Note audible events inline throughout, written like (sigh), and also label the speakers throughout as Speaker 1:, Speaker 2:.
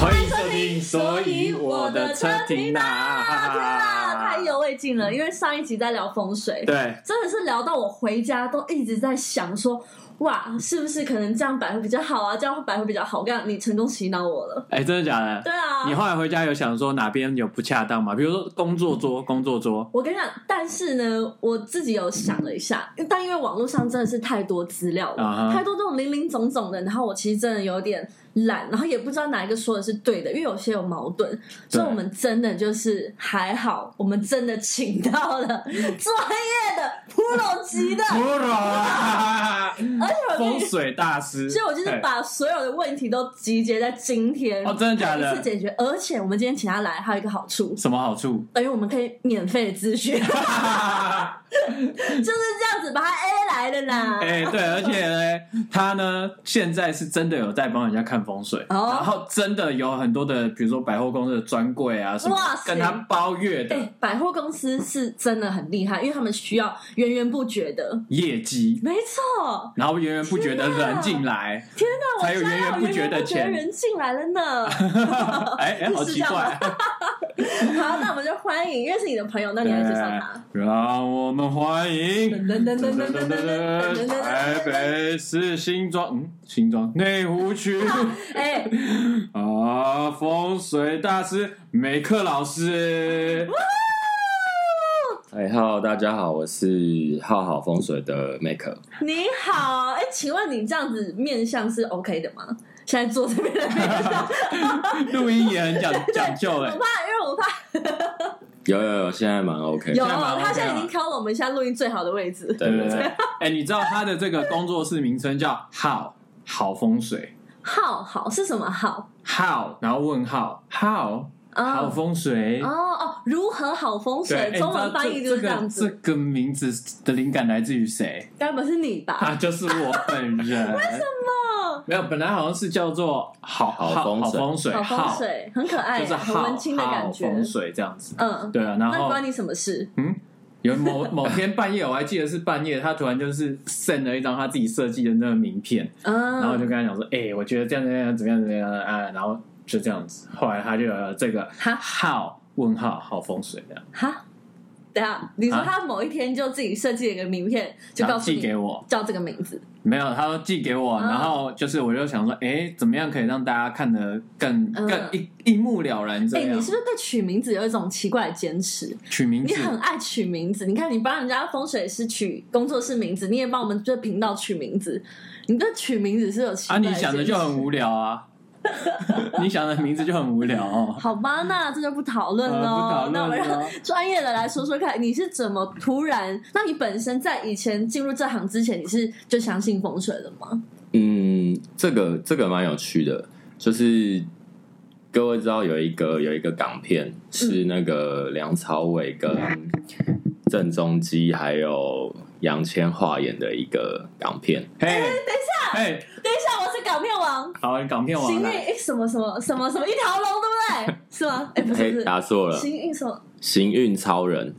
Speaker 1: 欢迎收听，所以我的车停
Speaker 2: 啊！天啊，
Speaker 1: 哪？
Speaker 2: (laughs) 太有味劲了！因为上一集在聊风水，
Speaker 1: 嗯对，
Speaker 2: 真的是聊到我回家都一直在想说，哇，是不是可能这样摆会比较好啊？这样摆会比较好。我跟你讲，你成功洗脑我了。
Speaker 1: 哎，真的假的？
Speaker 2: 对啊
Speaker 1: 你，后来回家有想说哪边有不恰当吗？比如说工作
Speaker 2: 嗯
Speaker 1: 桌，工作
Speaker 2: (laughs)
Speaker 1: 桌，
Speaker 2: 我跟你讲，但是呢，我自己有想了一下，但因为网络上真的是太多资料了
Speaker 1: 啊哈
Speaker 2: 太多这种零零总总的，然后我其实真的有点懒，然后也不知道哪一个说的是对的，因为有些有矛盾，所以我们真的就是还好，我们真的请到了 (laughs) 专业的 pro 级的，
Speaker 1: 不容啊
Speaker 2: 而且我跟
Speaker 1: 风
Speaker 2: 你。
Speaker 1: 水大师。
Speaker 2: 所以我就是
Speaker 1: 对
Speaker 2: 把所有的问题都集结在今天，
Speaker 1: 哦真的假的
Speaker 2: 一次解决。而且我们今天请他来，还有一个好处，
Speaker 1: 什么好处？ (laughs)
Speaker 2: 等于我们可以免费咨询。就是这样子把他 A 来的啦。
Speaker 1: 哎、对，而且呢，他呢现在是真的有在帮人家看风水，
Speaker 2: 哦
Speaker 1: 然后真的有很多的，比如说百货公司的专柜啊什么
Speaker 2: 哇，塞
Speaker 1: 跟他包月
Speaker 2: 哎、
Speaker 1: 的
Speaker 2: 百货公司是真的很厉害，因为他们需要源源不绝的。
Speaker 1: 业绩，
Speaker 2: 没错，
Speaker 1: 然后源源不绝的人进来， (laughs)
Speaker 2: 天哪，我
Speaker 1: 才有
Speaker 2: 家
Speaker 1: 源源
Speaker 2: 有
Speaker 1: 不
Speaker 2: 源
Speaker 1: 绝
Speaker 2: 源
Speaker 1: 的
Speaker 2: 不绝
Speaker 1: 钱
Speaker 2: 人进来了呢。
Speaker 1: 哎哎，好奇怪。
Speaker 2: 好，那我们就欢迎，因为是你的朋友，那你来介绍他。
Speaker 1: 让我们欢迎
Speaker 2: 噔噔噔噔噔噔噔噔噔噔噔
Speaker 1: 台北市新庄，嗯，新庄内湖
Speaker 2: (laughs)
Speaker 1: 区
Speaker 2: 哎、
Speaker 1: 啊，风水大师美克老师。
Speaker 3: 哎，Hello，大家好，我是浩好风水的 Maker。
Speaker 2: 你好，哎、请问你这样子面相是 OK 的吗？现在坐这边的面相，
Speaker 1: 录音也很讲讲究哎
Speaker 2: 我，怕，
Speaker 1: (laughs)
Speaker 2: 因为我怕
Speaker 3: 有有有，现在蛮 OK 的。
Speaker 2: 有，
Speaker 1: 在蛮 OK 啊
Speaker 2: 他现在已经挑了我们现在录音最好的位置。
Speaker 3: 对
Speaker 2: (laughs)
Speaker 3: 对对，
Speaker 1: 哎，你知道他的这个工作室名称叫“好好风水
Speaker 2: 浩好是什么浩？”，
Speaker 1: 好，然后问号，好
Speaker 2: 啊
Speaker 1: 好风水。
Speaker 2: 哦哦，如何好风
Speaker 1: 对，哎
Speaker 2: 水？中文翻译就是这样
Speaker 1: 你知道这
Speaker 2: 子，
Speaker 1: 这个这个名字的灵感来自于谁？
Speaker 2: 该不是你吧？
Speaker 1: 啊，就是我本人。为什么？没有，本来好像是叫做好
Speaker 3: 好
Speaker 1: 风
Speaker 3: 风
Speaker 1: 好
Speaker 3: 水
Speaker 1: 风水，
Speaker 2: 好
Speaker 1: 好
Speaker 2: 风水很可爱，
Speaker 1: 就是
Speaker 2: 很
Speaker 1: 好
Speaker 2: 文青的感觉
Speaker 1: 好。风水这样子。
Speaker 2: 嗯，
Speaker 1: 对啊，然
Speaker 2: 那
Speaker 1: 后
Speaker 2: 关你什么事？
Speaker 1: 嗯。有某某天半夜，我还记得是半夜，他突然就是 send 了一张他自己设计的那个名片，然后我就
Speaker 2: 嗯，
Speaker 1: 跟他讲说：“哎、我觉得这样这样怎么样怎么样啊？”然后就这样子，后来他就有了这个
Speaker 2: 哈
Speaker 1: 好问号好风水这样，
Speaker 2: 哈，等一下，你说
Speaker 1: 啊
Speaker 2: 他某一天就自己设计了一个名片，就
Speaker 1: 然
Speaker 2: 告
Speaker 1: 后
Speaker 2: 诉
Speaker 1: 寄给
Speaker 2: 你
Speaker 1: 我，
Speaker 2: 叫这个名字。
Speaker 1: 没有，他说寄给我，
Speaker 2: 嗯
Speaker 1: 然后就是我就想说，哎，怎么样可以让大家看得更
Speaker 2: 嗯
Speaker 1: 更一一目了然？这
Speaker 2: 哎，
Speaker 1: 样
Speaker 2: 你是不是对取名字有一种奇怪的坚持？
Speaker 1: 取名
Speaker 2: 你
Speaker 1: 字，啊
Speaker 2: 很爱取名字，你看你帮人家风水师取工作室名字，你也帮我们这频道取名字，你对取名字是有奇
Speaker 1: 啊，
Speaker 2: 怪的
Speaker 1: 你想的就
Speaker 2: 坚持
Speaker 1: 很无聊
Speaker 2: (laughs)
Speaker 1: 啊，你想的名字就很无聊哦。
Speaker 2: 好吧，那这就不讨论
Speaker 1: 呃不讨论
Speaker 2: 喽。那我们让
Speaker 1: 咯
Speaker 2: (laughs) 专业的来说说看，你是怎么突然？那你本身在以前进入这行之前，你是就相信风水的吗？
Speaker 3: 嗯，这个这个蛮有趣的，就是各位知道有一个有一个港片
Speaker 2: 嗯
Speaker 3: 是那个梁朝伟跟郑中基还有杨千嬅演的一个港片，
Speaker 1: 嘿，等一下，嘿，
Speaker 2: 等一下，我是港片王，
Speaker 1: 好，港片王
Speaker 2: 行运
Speaker 1: 哦来，
Speaker 2: 诶什么什么什么什么一条龙，对不对？是吗？哎、不是
Speaker 3: 嘿
Speaker 2: 不，是，
Speaker 3: 答错了，《
Speaker 2: 行运什么？
Speaker 3: 行运超人》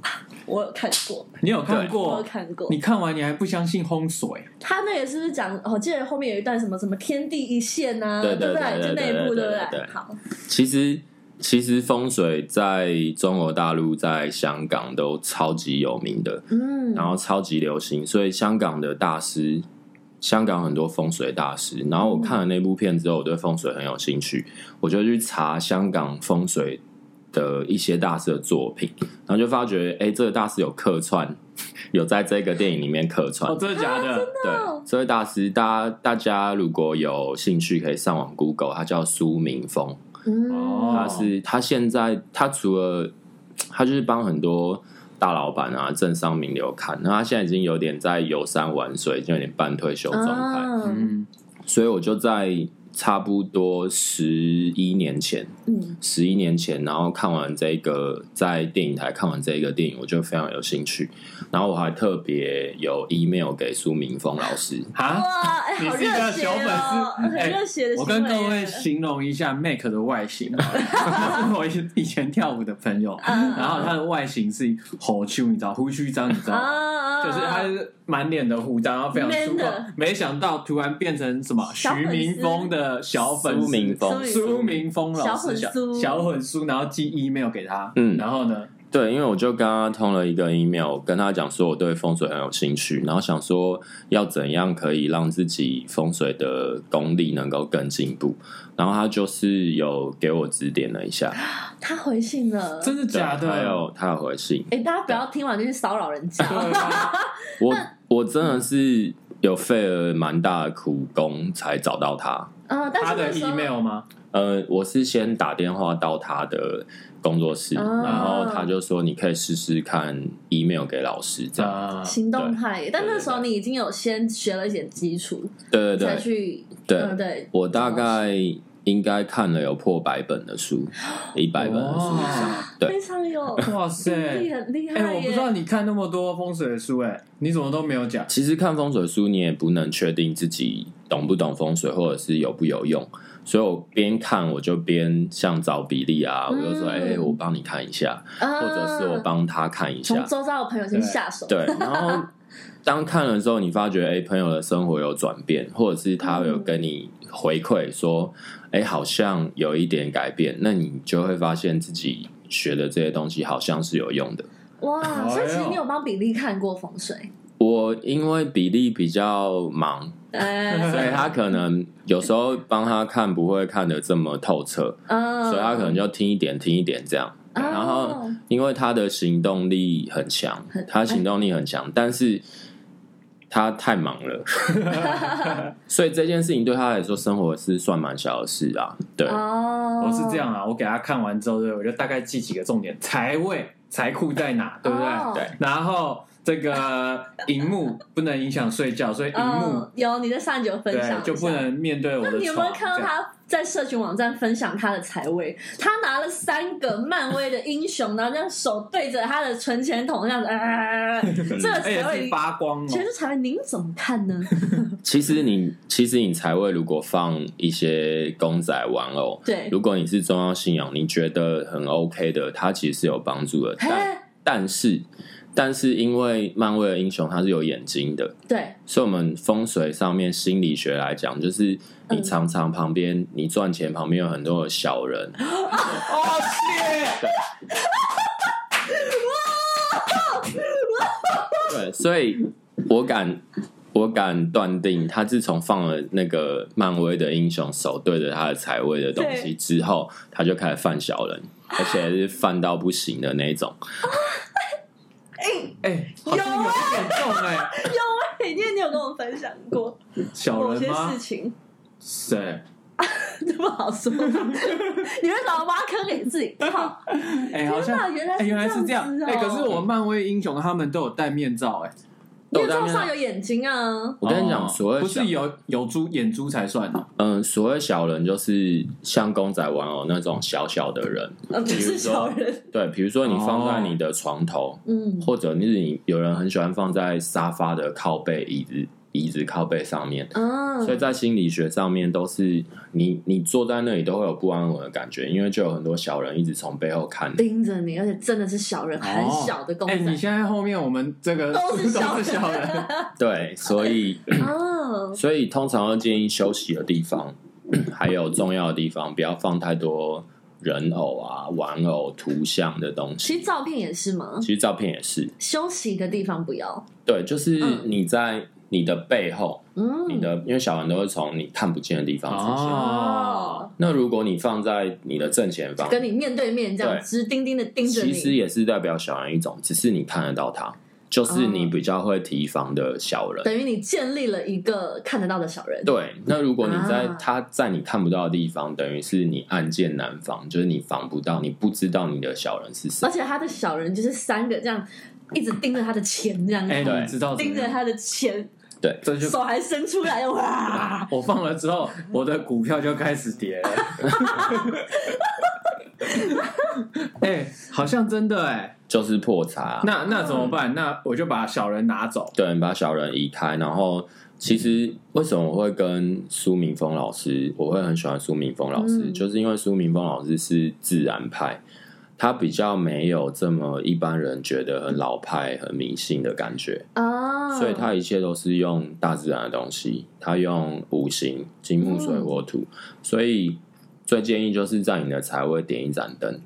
Speaker 2: 我有看过，
Speaker 1: 你有看
Speaker 2: 我有
Speaker 1: 过？
Speaker 2: 看过。
Speaker 1: 你看完你还不相信风水？
Speaker 2: 他那个是不是讲？我、记得后面有一段什么什么天地一线呐、啊，
Speaker 3: 对对
Speaker 2: 不对？就那
Speaker 3: 对对对
Speaker 2: 一部，
Speaker 3: 对
Speaker 2: 不
Speaker 3: 对对对
Speaker 2: 好，
Speaker 3: 其实，其实风水在中国大陆、在香港都超级有名的，
Speaker 2: 嗯，
Speaker 3: 然后超级流行，所以香港的大师，香港很多风水大师。然后我看了那部片之后，我对风水很有兴趣，我就去查香港风水的一些大师的作品，然后就发觉，哎，这个大师有客串， (laughs) 有在这个电影里面客串
Speaker 1: 哦，。真的
Speaker 2: 啊
Speaker 1: 假的？
Speaker 3: 对，这位大师，大家大家如果有兴趣，可以上网 Google，他叫苏明峰。
Speaker 2: 嗯，
Speaker 1: 哦
Speaker 3: 他是他现在他除了他就是帮很多大老板啊、政商名流看，那他现在已经有点在游山玩水，已经有点半退休状态，
Speaker 2: 啊，
Speaker 1: 嗯，
Speaker 3: 所以我就在差不多十一年前，
Speaker 2: 嗯，
Speaker 3: 十一年前，然后看完这个在电影台看完这个电影，我就非常有兴趣，然后我还特别有 email 给苏明峰老师，
Speaker 1: 啊，
Speaker 2: 哇，哎，
Speaker 1: 你
Speaker 2: 好
Speaker 1: 是一
Speaker 2: 热
Speaker 1: 个
Speaker 2: 血
Speaker 1: 小粉
Speaker 2: 哦，
Speaker 1: 丝，
Speaker 3: 哎
Speaker 2: 很热血的
Speaker 1: 我
Speaker 2: 行为
Speaker 1: 跟各位形容一下 Mac 的外形，他 (laughs) 是我以前跳舞的朋友，
Speaker 2: 啊嗯
Speaker 1: 然后他的外形是猴丘，你知道胡须章，你知道
Speaker 2: 啊
Speaker 1: 吗？
Speaker 2: 啊，啊
Speaker 1: 就是他是满脸的胡渣，然后非常
Speaker 2: Man
Speaker 1: 粗犷
Speaker 2: 的，
Speaker 1: 没想到突然变成什么
Speaker 2: 小
Speaker 1: 徐
Speaker 2: 粉丝
Speaker 1: 明峰的小粉
Speaker 3: 苏
Speaker 1: 丝，
Speaker 3: 明峰，
Speaker 1: 苏明峰老师
Speaker 2: 小混苏
Speaker 1: 小混苏，然后寄 email 给他，
Speaker 3: 嗯
Speaker 1: 然后呢，
Speaker 3: 对，因为我就跟他通了一个 email，跟他讲说我对风水很有兴趣，然后想说要怎样可以让自己风水的功力能够更进步，然后他就是有给我指点了一下，
Speaker 2: 他回信了。
Speaker 1: 真的假
Speaker 3: 对啊
Speaker 1: 的？
Speaker 3: 他有他有回信，
Speaker 2: 哎，大家不要听完就去骚扰人家。
Speaker 1: 对啊
Speaker 2: (laughs)
Speaker 3: 我我真的是有费了蛮大的苦功才找到他，
Speaker 2: 嗯，但
Speaker 1: 他
Speaker 2: 是那
Speaker 1: 的
Speaker 2: 时候
Speaker 1: email 啊吗？
Speaker 3: 呃，我是先打电话到他的工作室，
Speaker 2: 哦
Speaker 3: 然后他就说你可以试试看 email 给老师这样，
Speaker 1: 啊，
Speaker 2: 行动派耶，但
Speaker 3: 对
Speaker 2: 那
Speaker 3: 对
Speaker 2: 时候你已经有先学了一点基础，
Speaker 3: 对对
Speaker 2: 才
Speaker 3: 对
Speaker 2: 去
Speaker 3: 对。
Speaker 2: 嗯对，
Speaker 3: 我大概应该看了有破百本
Speaker 2: (gasps)
Speaker 3: 的书，一百本的
Speaker 2: 哦
Speaker 3: 书。
Speaker 1: 哇
Speaker 3: 对
Speaker 2: 非
Speaker 1: (laughs)
Speaker 2: 常有
Speaker 1: 哇
Speaker 2: 能力，
Speaker 1: 塞！
Speaker 2: 很厉害
Speaker 1: 哎、
Speaker 2: 耶。
Speaker 1: 我不知道你看那么多风水的书、哎，你怎么都没有讲？
Speaker 3: 其实看风水书，你也不能确定自己懂不懂风水，或者是有不有用。所以我边看我就边像找比例啊，我
Speaker 2: 嗯
Speaker 3: 就说：“哎、我帮你看一下，
Speaker 2: 啊，
Speaker 3: 或
Speaker 2: 或
Speaker 3: 者是我帮他看一
Speaker 2: 从
Speaker 3: 下。
Speaker 2: 周遭的朋友先下手，
Speaker 3: 对，然后当看了之后，你发觉哎、朋友的生活有转变，或者是他有跟你回馈说，哎、好像有一点改变，那你就会发现自己学的这些东西好像是有用的。
Speaker 1: 哎
Speaker 2: 哇！
Speaker 1: 呦
Speaker 2: 所以其实你有帮比利看过风水，
Speaker 3: 我因为比利比较忙，
Speaker 2: 哎，
Speaker 3: 所以他可能有时候帮他看不会看得这么透彻，
Speaker 2: 嗯，
Speaker 3: 所以他可能就听一点听一点这样。
Speaker 2: 哦，
Speaker 3: 然后因为他的行动力很强，他行动力很强，但是他太忙了，所以这件事情对他来说，生活是算蛮小的事啊。对，
Speaker 2: 哦，
Speaker 1: 我是这样啊，我给他看完之后，对，我就大概记几个重点：财位、财库在哪，对不对？
Speaker 2: 哦
Speaker 3: 对
Speaker 1: 然后这
Speaker 2: (laughs)
Speaker 1: 个荧幕不能影响睡觉，所以荧幕、
Speaker 2: 嗯，有你在上一集有分享
Speaker 1: 对
Speaker 2: 一下
Speaker 1: 就不。能面对我的
Speaker 2: 那
Speaker 1: 床。
Speaker 2: 你有没有看
Speaker 1: 这
Speaker 2: 到
Speaker 1: 样
Speaker 2: 他在社群网站分享他的财位？他拿了三个漫威的英雄，然后这样手对着他的存钱筒，这样子，哎哎哎哎哎这个
Speaker 1: 而且
Speaker 2: 财位
Speaker 1: 是，发光哦
Speaker 2: 其，实财位您怎么看呢？
Speaker 3: 其实你其实你才会，如果放一些公仔玩偶，
Speaker 2: 对，
Speaker 3: 如果你是宗教信仰，你觉得很 OK 的，它其实是有帮助的。
Speaker 2: 嘿，
Speaker 3: 但但是但是因为漫威的英雄它是有眼睛的，
Speaker 2: 对，
Speaker 3: 所以，我们风水上面心理学来讲，就是你常常旁边、你赚钱旁边有很多的小人，
Speaker 1: 哦，谢。
Speaker 3: 对，所以我敢我敢断定，他自从放了那个漫威的英雄手对着他的财位的东
Speaker 2: 对
Speaker 3: 西之后，他就开始犯小人，而且是犯到不行的那一种。
Speaker 1: 哎、好像
Speaker 2: 啊
Speaker 1: 有一点重哎、
Speaker 2: 有哎，因为你有跟我分享过
Speaker 1: 小
Speaker 2: 某
Speaker 1: 人
Speaker 2: 些
Speaker 1: 吗
Speaker 2: 事？情，
Speaker 1: 谁？
Speaker 2: 这不好说。 (laughs) 你为什么挖坑给自己跳？
Speaker 1: 哎、好像
Speaker 2: 天哪
Speaker 1: 哎原
Speaker 2: 原
Speaker 1: 来
Speaker 2: 来
Speaker 1: 是
Speaker 2: 是
Speaker 1: 这
Speaker 2: 这
Speaker 1: 样
Speaker 2: 样子哦
Speaker 1: 哎、可是我漫威英雄他们都有戴面罩哎、
Speaker 2: 面罩上有眼睛啊！
Speaker 3: 我跟你讲，
Speaker 1: 哦
Speaker 3: 所谓
Speaker 1: 不
Speaker 3: 小
Speaker 1: 是有有猪眼珠才算哦、
Speaker 3: 嗯，所谓小人就是像公仔玩偶那种小小的人，
Speaker 2: 呃，不是小
Speaker 3: (laughs)
Speaker 2: 人，
Speaker 3: 对，比如说你放在
Speaker 1: 哦
Speaker 3: 你的床头，
Speaker 2: 嗯，
Speaker 3: 或者是你有人很喜欢放在沙发的靠背、椅子、椅子靠背上面，
Speaker 2: 啊，
Speaker 3: 所以在心理学上面都是你你坐在那里都会有不安稳的感觉，因为就有很多小人一直从背后看你。
Speaker 2: 盯着你，而且真的是小人，很小的公
Speaker 1: 哎、你
Speaker 2: 仔
Speaker 1: 现在后面我们这个
Speaker 2: 都是小
Speaker 1: (laughs) 都
Speaker 2: 人
Speaker 1: 是小人，
Speaker 3: 对，
Speaker 2: (coughs)
Speaker 3: 所以
Speaker 2: 啊。
Speaker 3: 所以通常要建议休息的地方， (coughs) 还有重要的地方，不要放太多人偶啊、玩偶、图像的东
Speaker 2: 其
Speaker 3: 西。
Speaker 2: 实照片也是嘛，
Speaker 3: 其实照片也是，
Speaker 2: 休息的地方不要，
Speaker 3: 对，就是
Speaker 2: 嗯
Speaker 3: 你在你的背后，你
Speaker 2: 嗯，
Speaker 3: 的因为小人都会从你看不见的地方出现。
Speaker 1: 哦，
Speaker 3: 那如果你放在你的正前方，
Speaker 2: 跟你面对面这样
Speaker 3: 哦对
Speaker 2: 直盯盯的盯着
Speaker 3: 其实
Speaker 2: 你，
Speaker 3: 也是代表小人一种，只是你看得到他，就是你比较会提防的小人。
Speaker 2: 等于你建立了一个看得到的小人，
Speaker 3: 对，那如果你在
Speaker 2: 啊
Speaker 3: 他在你看不到的地方，等于是你暗箭难防，就是你防不到，你不知道你的小人是谁
Speaker 2: 而。且他的小人就是三个这样一直盯着他的钱，这样
Speaker 1: 哎、
Speaker 2: 子
Speaker 1: 你知道怎
Speaker 2: 盯
Speaker 1: 么
Speaker 2: 着
Speaker 1: 样？
Speaker 2: 他的钱，
Speaker 3: 对，
Speaker 1: 这就
Speaker 2: 手还伸出来哇！
Speaker 1: (laughs) 我放了之后，我的股票就开始跌了。哎、好像真的哎、
Speaker 3: 就是破财啊。
Speaker 1: 那那怎么办？那我就把小人拿走。
Speaker 3: 对，你把小人移开，然后其实为什么我会跟苏明峰老师，我会很喜欢苏明峰老师，
Speaker 2: 嗯
Speaker 3: 就是因为苏明峰老师是自然派，他比较没有这么一般人觉得很老派、很迷信的感觉，
Speaker 2: 啊，
Speaker 3: 所以他一切都是用大自然的东西，他用五行金木水火土，所以最建议就是在你的财位点一盏灯，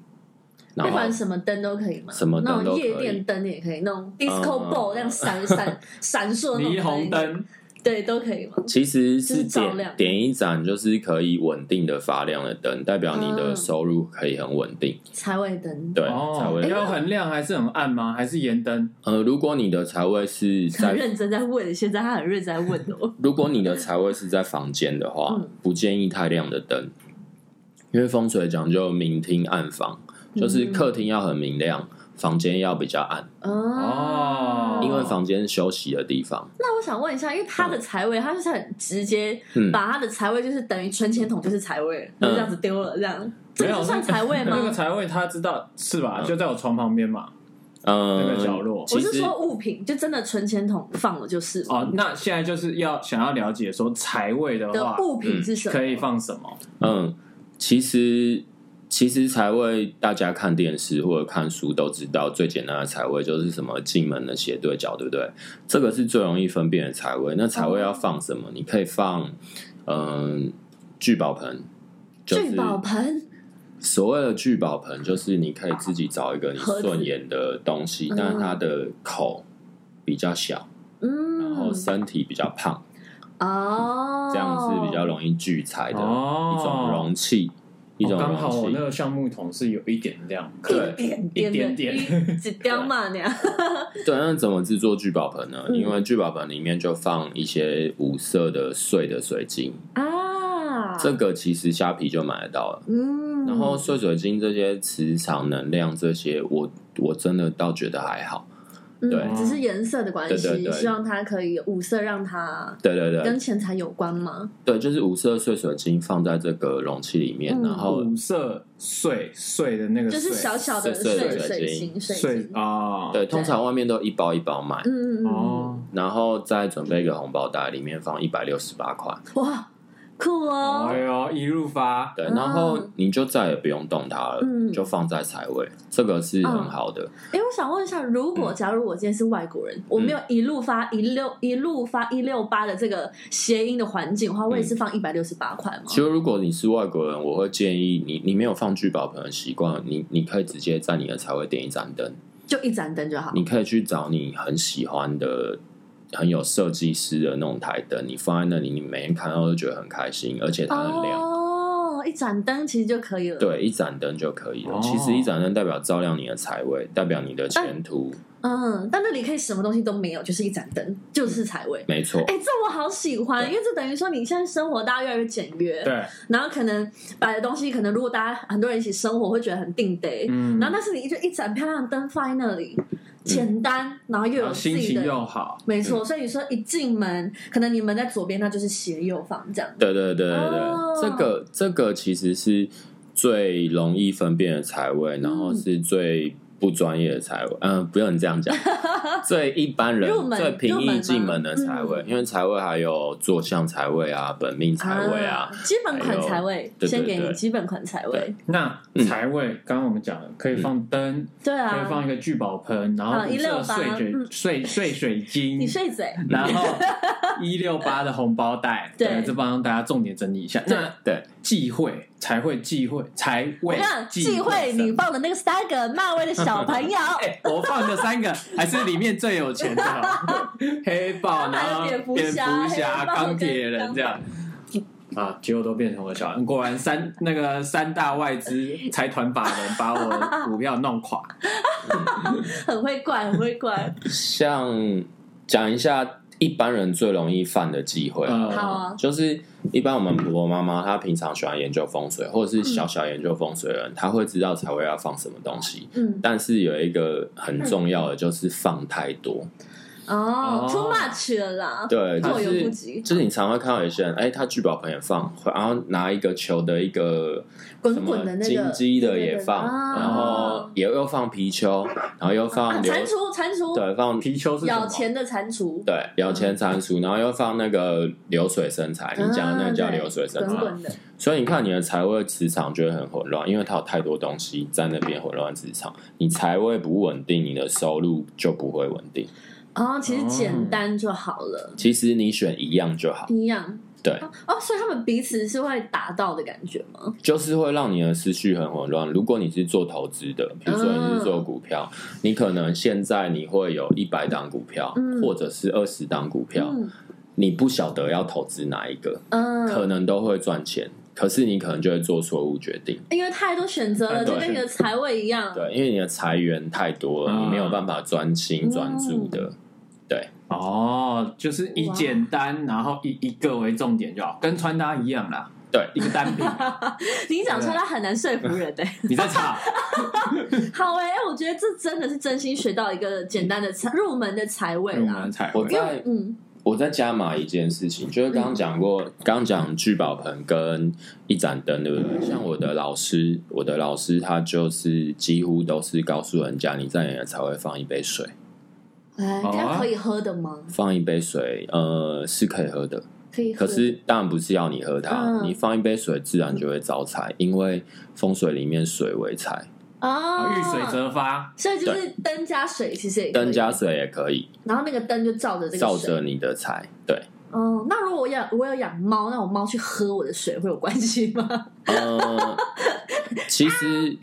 Speaker 3: 然
Speaker 2: 不
Speaker 3: 后
Speaker 2: 管什么灯都可以吗？
Speaker 3: 什么灯
Speaker 2: 那
Speaker 3: 都
Speaker 2: 种
Speaker 3: 可以
Speaker 2: 夜店灯也可以，那种 disco
Speaker 3: 嗯
Speaker 2: ball 那样闪闪闪烁那种
Speaker 1: 霓虹灯，
Speaker 2: 对，都可以吗？
Speaker 3: 其实
Speaker 2: 就是是照
Speaker 3: 点
Speaker 2: 亮
Speaker 3: 点一盏，就是可以稳定的发亮的灯，代表你
Speaker 2: 嗯
Speaker 3: 的收入可以很稳定。
Speaker 2: 财位灯，
Speaker 3: 对，财
Speaker 1: 哦，
Speaker 3: 位。
Speaker 1: 要很亮还是很暗吗？还是盐灯？
Speaker 3: 呃，如果你的财位是
Speaker 2: 很
Speaker 3: 在，
Speaker 2: 认真在问，现在他很认真在问哦。
Speaker 3: 如果你的财位是在房间的话
Speaker 2: 嗯，
Speaker 3: 不建议太亮的灯，因为风水讲究明厅暗房，就是
Speaker 2: 嗯
Speaker 3: 客厅要很明亮，房间要比较暗，
Speaker 1: 哦
Speaker 3: 因为房间是休息的地方。
Speaker 2: 那我想问一下，因为他的财位，他就是很直接，
Speaker 3: 嗯，
Speaker 2: 把他的财位就是等于存钱筒就是财位，就
Speaker 3: 嗯
Speaker 2: 这样子丢了，这样这
Speaker 1: 没
Speaker 2: 个
Speaker 1: 有
Speaker 2: 就算财位吗
Speaker 1: 那？个财位他知道是吧？
Speaker 3: 嗯
Speaker 1: 就在我床旁边嘛，那个角
Speaker 3: 呃，
Speaker 1: 落。
Speaker 2: 我
Speaker 3: 其
Speaker 2: 是
Speaker 3: 实
Speaker 2: 说物品，就真的存钱筒放了就是嘛
Speaker 1: 哦，那现在就是要想要了解说财位的
Speaker 2: 的
Speaker 1: 话，
Speaker 2: 物品是什么？
Speaker 1: 可以放什么？
Speaker 3: 嗯，其实其实财位，大家看电视或者看书都知道，最简单的财位就是什么进门的斜对角，对不对？这个是最容易分辨的财位。那财位
Speaker 2: 哦
Speaker 3: 要放什么？你可以放嗯聚宝盆，就是
Speaker 2: 聚宝盆，
Speaker 3: 所谓的聚宝盆，就是你可以自己找一个你
Speaker 2: 盒子
Speaker 3: 顺眼的东西
Speaker 2: 嗯，
Speaker 3: 但是它的口比较小，
Speaker 2: 嗯，
Speaker 3: 然后身体比较胖，
Speaker 2: 哦，
Speaker 3: 这样是比较容易聚财的
Speaker 1: 哦，
Speaker 3: 哎一种容器。一种
Speaker 1: 哦刚
Speaker 3: 容
Speaker 1: 好我
Speaker 3: 器
Speaker 1: 那，个橡木桶是有一点亮，
Speaker 3: 对
Speaker 2: 一点
Speaker 1: 一
Speaker 2: 点
Speaker 1: 点
Speaker 2: 的，
Speaker 1: 点
Speaker 2: 一只雕嘛那
Speaker 3: (laughs)
Speaker 2: 样，
Speaker 3: 对，那怎么制作聚宝盆呢？
Speaker 2: 嗯
Speaker 3: 因为聚宝盆里面就放一些五色的碎的水晶，
Speaker 2: 啊，
Speaker 3: 这个其实虾皮就买得到了。
Speaker 2: 嗯，
Speaker 3: 然后碎水晶这些磁场能量这些，我我真的倒觉得还好。
Speaker 2: 嗯
Speaker 3: 对
Speaker 2: 只是颜色的关
Speaker 3: 对对
Speaker 2: 系，
Speaker 3: 对
Speaker 2: 希望它可以五色，让它
Speaker 3: 对对对
Speaker 2: 跟钱财有关吗？
Speaker 3: 对，就是五色碎水晶放在这个容器里面，
Speaker 2: 嗯
Speaker 3: 然后
Speaker 1: 五色碎碎的那个
Speaker 2: 就
Speaker 1: 碎，
Speaker 2: 是小小的
Speaker 3: 碎碎
Speaker 2: 水
Speaker 3: 的
Speaker 2: 水
Speaker 3: 水哦
Speaker 2: 晶
Speaker 3: 晶
Speaker 2: 水
Speaker 1: 碎
Speaker 2: 晶，
Speaker 1: 啊，
Speaker 3: 对，通常外面都一包一包买，
Speaker 2: 嗯嗯嗯，
Speaker 1: 哦，
Speaker 3: 然后再准备一个红包袋，里面放一百六十八块。
Speaker 2: 哇，酷
Speaker 1: 哎
Speaker 2: 哦，
Speaker 1: 呦，一路发，
Speaker 3: 对，
Speaker 2: 嗯
Speaker 3: 然后你就再也不用动它了，
Speaker 2: 嗯
Speaker 3: 就放在财位，这个是很好的。
Speaker 2: 哎，我想问一下，如
Speaker 3: 嗯
Speaker 2: 果假如我今天是外国人，我没有一路发一六一路发一六八的这个谐音的环境的话，我也是放一百六十八块吗？
Speaker 3: 嗯其实，如果你是外国人，我会建议你，你没有放聚宝盆的习惯，你你可以直接在你的财位点一盏灯，
Speaker 2: 就一盏灯就好，
Speaker 3: 你可以去找你很喜欢的、很有设计师的那种台灯，你放在那里，你每天看到都觉得很开心，而且它很亮。
Speaker 2: 哦，一盏灯其实就可以了。，
Speaker 3: 呃对，一盏灯就可以了。
Speaker 1: 哦
Speaker 3: 其实一盏灯代表照亮你的财位，代表你的前途。
Speaker 2: 嗯，但那里可以什么东西都没有，就是一盏灯，就是财位。
Speaker 3: 没错，
Speaker 2: 哎、这我好喜欢，
Speaker 3: 嗯对
Speaker 2: 因为这等于说你现在生活大家越来越简约，
Speaker 1: 对，
Speaker 2: 然后可能摆的东西，可能如果大家很多人一起生活，会觉得很定得。
Speaker 1: 嗯，
Speaker 2: 然后，但是你就一盏漂亮的灯放在那里，简单，然后又
Speaker 1: 然
Speaker 2: 有
Speaker 1: 后
Speaker 2: 自
Speaker 1: 心
Speaker 2: 己
Speaker 1: 情又
Speaker 2: 的，
Speaker 1: 好，哦
Speaker 2: 没错。所以你说一进门，可能你们在左边，那就是斜右方这样。
Speaker 3: 对对对对对，
Speaker 2: 哦
Speaker 3: 这个这个其实是最容易分辨的财位，然
Speaker 2: 嗯
Speaker 3: 后是最不专业的财位。嗯、不用这
Speaker 2: (laughs)
Speaker 3: 样讲，最一般人
Speaker 2: 入门
Speaker 3: 最平
Speaker 2: 入门吗
Speaker 3: 易近门的财位，因为财位还有坐向财位啊、本命财位啊。，
Speaker 2: 基本款财位，
Speaker 3: 对对
Speaker 2: 先给你
Speaker 3: 对
Speaker 2: 基本款财位
Speaker 3: 对。
Speaker 1: 那
Speaker 3: 嗯
Speaker 1: 财位，刚刚我们讲了，可以放灯，
Speaker 2: 对
Speaker 1: 可以放
Speaker 2: 啊，
Speaker 1: 一个聚宝盆，然后
Speaker 2: 嗯
Speaker 1: 五色
Speaker 2: 168
Speaker 1: 碎水
Speaker 2: 嗯
Speaker 1: 碎碎水晶
Speaker 2: 你，睡嘴，
Speaker 1: 然后 (laughs) 一六八的红包袋，
Speaker 2: 对
Speaker 1: 这帮大家重点整理一下。
Speaker 2: 对
Speaker 1: 那
Speaker 3: 对，
Speaker 1: 忌讳财会忌讳财
Speaker 2: 我
Speaker 1: 位
Speaker 2: 看忌讳
Speaker 1: 什么
Speaker 2: 你放的那个三个漫威的小朋友，
Speaker 1: 哎、我放的三个还是里面最有钱
Speaker 2: (laughs)
Speaker 1: 的哦，黑豹，
Speaker 2: 还有
Speaker 1: 然后蝙蝠
Speaker 2: 蝙蝠侠黑
Speaker 1: 侠、
Speaker 2: 豹
Speaker 1: 钢铁
Speaker 2: 跟钢
Speaker 1: 人这样。啊，结果都变成我小人，果然三那个三大外资财团法人把我的股票弄垮。
Speaker 2: 很会怪，很会怪。
Speaker 3: 像讲一下一般人最容易犯的忌讳。
Speaker 1: 呃，
Speaker 2: 好啊，
Speaker 3: 就是一般我们婆婆妈妈，她平常喜欢研究风水，或者是
Speaker 2: 嗯
Speaker 3: 小小研究风水的人，她会知道财位要放什么东西。
Speaker 2: 嗯，
Speaker 3: 但是有一个很重要的，就是放太多。
Speaker 2: 哦
Speaker 1: 哦
Speaker 2: ，too much 了啦，
Speaker 3: 对，就
Speaker 2: 过犹不
Speaker 3: 是
Speaker 2: 及
Speaker 3: 就是你常会看到有些人，哎，他聚宝盆也放，然后拿一个球的一个什
Speaker 2: 滚
Speaker 3: 么
Speaker 2: 滚的那
Speaker 3: 金
Speaker 2: 个
Speaker 3: 鸡的
Speaker 2: 对
Speaker 3: 也
Speaker 2: 啊对
Speaker 3: 放，
Speaker 2: 对
Speaker 3: 然后也又放皮球，然后又
Speaker 2: 啊
Speaker 3: 放流，
Speaker 2: 蟾蜍，蟾蜍，
Speaker 3: 对，放
Speaker 1: 皮球是什
Speaker 2: 咬
Speaker 1: 么？
Speaker 2: 钱的蟾蜍，
Speaker 3: 对摇钱蟾
Speaker 2: 嗯
Speaker 3: 蜍，然后又放那个流水生财，你讲的那
Speaker 2: 啊
Speaker 3: 个叫
Speaker 2: 对
Speaker 3: 流水生
Speaker 2: 滚
Speaker 3: 财。
Speaker 2: 滚的，
Speaker 3: 所以你看，你的财位磁场就会很混乱，因为它有太多东西在那边混乱磁场。你财位不稳定，你的收入就不会稳定。
Speaker 2: 哦，其实
Speaker 1: 哦
Speaker 2: 简单就好了，
Speaker 3: 其实你选一样就好，
Speaker 2: 一样
Speaker 3: 对，
Speaker 2: 哦，所以他们彼此是会打到的感觉吗？
Speaker 3: 就是会让你的思绪很混乱。如果你是做投资的，比如说你是做股票，你可能现在你会有一百档股票，
Speaker 2: 嗯
Speaker 3: 或者是二十档股票，
Speaker 2: 嗯
Speaker 3: 你不晓得要投资哪一个，可
Speaker 2: 嗯，
Speaker 3: 能都会赚钱，可是你可能就会做错误决定。
Speaker 2: 因为太多选择了，
Speaker 1: 太
Speaker 2: 就
Speaker 1: 多
Speaker 2: 跟你的财位一样，
Speaker 3: 啊对，因为你的财源太多了，
Speaker 1: 嗯
Speaker 3: 你
Speaker 2: 啊
Speaker 3: 没有办法专心专注的。
Speaker 2: 嗯
Speaker 1: 哦，就是以简单，然后以一个为重点就好，跟穿搭一样啦。
Speaker 3: 对
Speaker 1: 一个单
Speaker 2: (laughs)
Speaker 1: 品，
Speaker 2: 你讲出来很难说服人哎。
Speaker 1: 你在查，
Speaker 2: 好哎、我觉得这真的是真心学到一个简单的财入门的财位
Speaker 1: 我
Speaker 2: 啦
Speaker 1: 们。才
Speaker 3: 我
Speaker 1: 会。
Speaker 3: 在
Speaker 2: 嗯，
Speaker 3: 我在加码一件事情，就是刚刚讲过，刚刚讲聚宝盆跟一盏灯，对不对？像我的老师，我的老师他就是几乎都是告诉人家，你在你的才会放一杯水，
Speaker 2: 哎，
Speaker 1: 好
Speaker 2: 这
Speaker 1: 啊
Speaker 2: 样可以喝的吗？
Speaker 3: 放一杯水，呃，是可以喝的，
Speaker 2: 可以喝。
Speaker 3: 可是当然不是要你喝它，
Speaker 2: 嗯
Speaker 3: 你放一杯水自然就会招财，因为风水里面水为财，
Speaker 2: 哦，
Speaker 3: 啊
Speaker 1: 遇水则发，
Speaker 2: 所以就是灯加水，其实也可以
Speaker 3: 灯加，水也可以
Speaker 2: 然后那个灯就照着这
Speaker 3: 照
Speaker 2: 个水。
Speaker 3: 着你的财，对。
Speaker 2: 哦，那如果我养我有养猫，那我猫去喝我的水会有关系吗？
Speaker 3: 呃，其实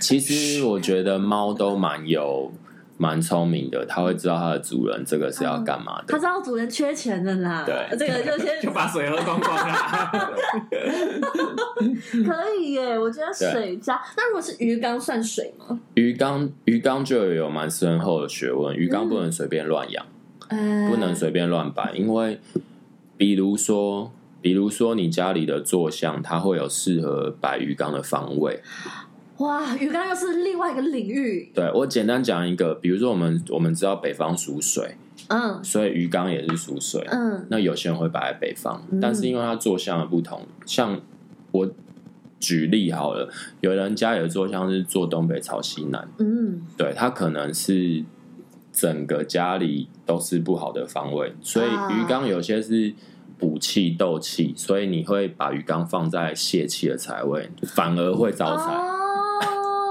Speaker 3: 其其实我觉得猫都蛮有蛮聪明的，它会知道它的主人这个是要干嘛
Speaker 2: 它
Speaker 3: 的。
Speaker 2: 知道主人缺钱了啦。
Speaker 3: 对
Speaker 2: 这个就
Speaker 1: 就
Speaker 2: 先
Speaker 1: 把水喝光光啊啦。
Speaker 2: 可以
Speaker 3: (laughs)
Speaker 2: 耶。我觉得水加，那如果是鱼缸算水吗？
Speaker 3: 鱼缸鱼缸就有蛮深厚的学问，鱼缸不能随便乱养，
Speaker 2: 哎，
Speaker 3: 不能随便乱摆，因为比如说。比如说，你家里的坐向，它会有适合摆鱼缸的方位。
Speaker 2: 哇，鱼缸又是另外一个领域。
Speaker 3: 对我简单讲一个，比如说我们我们知道北方属水，
Speaker 2: 嗯
Speaker 3: 所以鱼缸也是属水。
Speaker 2: 嗯
Speaker 3: 那有些人会摆在北方，
Speaker 2: 嗯
Speaker 3: 但是因为它坐向的不同，像我举例好了，有人家里的坐向是坐东北朝西南，
Speaker 2: 嗯，
Speaker 3: 对，它可能是整个家里都是不好的方位，所以
Speaker 2: 啊
Speaker 3: 鱼缸有些是。补气斗气，所以你会把鱼缸放在泄气的财位，反而会招财。
Speaker 2: 哦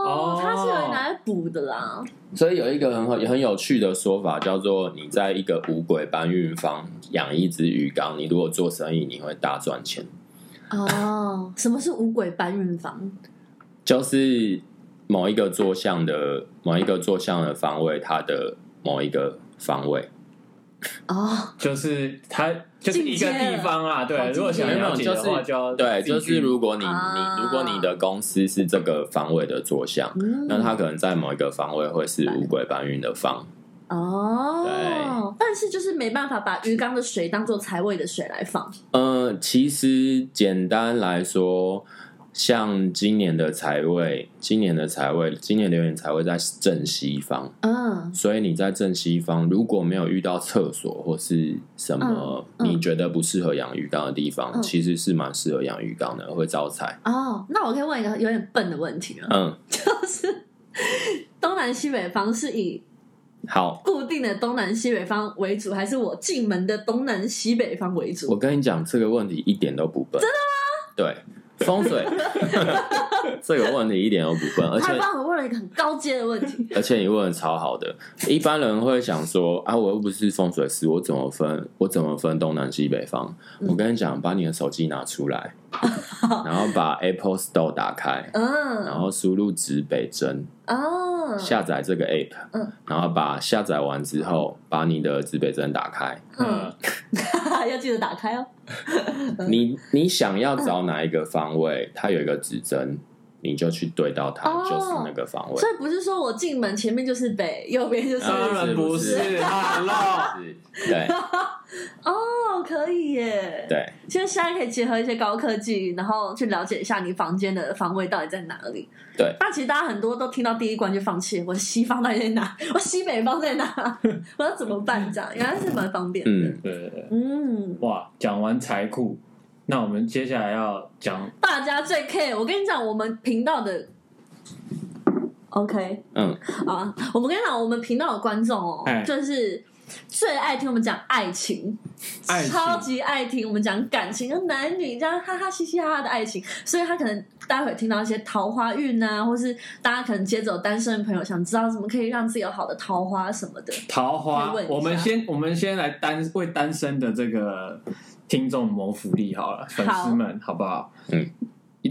Speaker 1: 哦，
Speaker 2: 它是有拿来补的啦。
Speaker 3: 所以有一个很好很有趣的说法，叫做你在一个五鬼搬运方养一只鱼缸，你如果做生意，你会大赚钱。
Speaker 2: 哦，什么是五鬼搬运房？
Speaker 3: 就是某一个坐向的某一个坐向的方位，它的某一个方位。
Speaker 2: 哦，
Speaker 1: 就是它就是一个地方啊，
Speaker 2: 进阶
Speaker 1: 对。
Speaker 2: 了
Speaker 1: 如果想了解的话，就要
Speaker 3: 对，
Speaker 1: 自己
Speaker 3: 就
Speaker 1: 去
Speaker 3: 是如果你
Speaker 2: 啊
Speaker 3: 你如果你的公司是这个方位的坐向，
Speaker 2: 嗯
Speaker 3: 那它可能在某一个方位会是五鬼搬运的方。
Speaker 2: 哦
Speaker 3: 对，
Speaker 2: 但是就是没办法把鱼缸的水当做财位的水来放。
Speaker 3: 呃，其实简单来说。像今年的财位，今年的财位，今年流年财位在正西方，
Speaker 2: 嗯
Speaker 3: 所以你在正西方如果没有遇到厕所或是什么
Speaker 2: 嗯嗯
Speaker 3: 你觉得不适合养鱼缸的地方，
Speaker 2: 嗯
Speaker 3: 其实是蛮适合养鱼缸的，会招财。
Speaker 2: 哦，那我可以问一个有点笨的问题了，
Speaker 3: 嗯，
Speaker 2: 就是东南西北方是以
Speaker 3: 好，
Speaker 2: 固定的东南西北方为主，还是我进门的东南西北方为主
Speaker 3: 我？跟你讲这个问题一点都不笨，真的吗？对，风水 (laughs) 这个问题一点都不笨，而
Speaker 2: 他
Speaker 3: 且
Speaker 2: 帮我问了一个很高阶的问题。
Speaker 3: 而且你问的超好的。一般人会想说啊，我又不是风水师，我怎么分？我怎么分东南西北方？我跟你讲，把你的手机拿出来，然后把 Apple Store 打开，然
Speaker 2: (laughs) 嗯，
Speaker 3: 后输入指北针，
Speaker 2: 哦，
Speaker 3: 下载这个 app，
Speaker 2: 嗯
Speaker 3: 然后把下载完之后，把你的指北针打开。
Speaker 2: 嗯，
Speaker 1: 嗯，
Speaker 2: 要记得打开哦。
Speaker 3: 你你想要找哪一个方位，它有一个指针，你就去对到它，
Speaker 2: 嗯哦
Speaker 3: 就是那个方位
Speaker 2: 所。以不是说我进门前面就是北，右边就是
Speaker 1: 当然不
Speaker 3: 不
Speaker 2: (laughs)
Speaker 3: 是
Speaker 1: 是，Hello，
Speaker 3: 是对，
Speaker 2: 哦，可以耶！
Speaker 3: 对，
Speaker 2: 就是现在可以结合一些高科技，然后去了解一下你房间的方位到底在哪里。
Speaker 3: (laughs) 对
Speaker 2: 那其实大家很多都听到第一关就放弃，我西方到底在哪？ (laughs) 我西北方在哪？ (laughs) 我要怎么办？这样原来是蛮方便的。
Speaker 3: 嗯，
Speaker 1: 对对对，
Speaker 2: 嗯，
Speaker 1: 哇，讲完财库，那我们接下来要讲
Speaker 2: 大家最 care，我跟你讲，我们频道的 OK
Speaker 3: 嗯，
Speaker 2: 啊，我们跟你讲，我们频道的观众哦
Speaker 1: 哎，
Speaker 2: 就是最爱听我们讲爱情，
Speaker 1: 爱情
Speaker 2: 超级爱听我们讲感情，就男女这样哈哈嘻嘻哈哈的爱情，所以他可能待会听到一些桃花运啊，或是大家可能接着有单身的朋友想知道怎么可以让自己有好的桃花什么的，
Speaker 1: 桃花
Speaker 2: 可以问一。下
Speaker 1: 我们先我们先来单为单身的这个听众谋福利好了，粉丝们好不好？
Speaker 3: 嗯，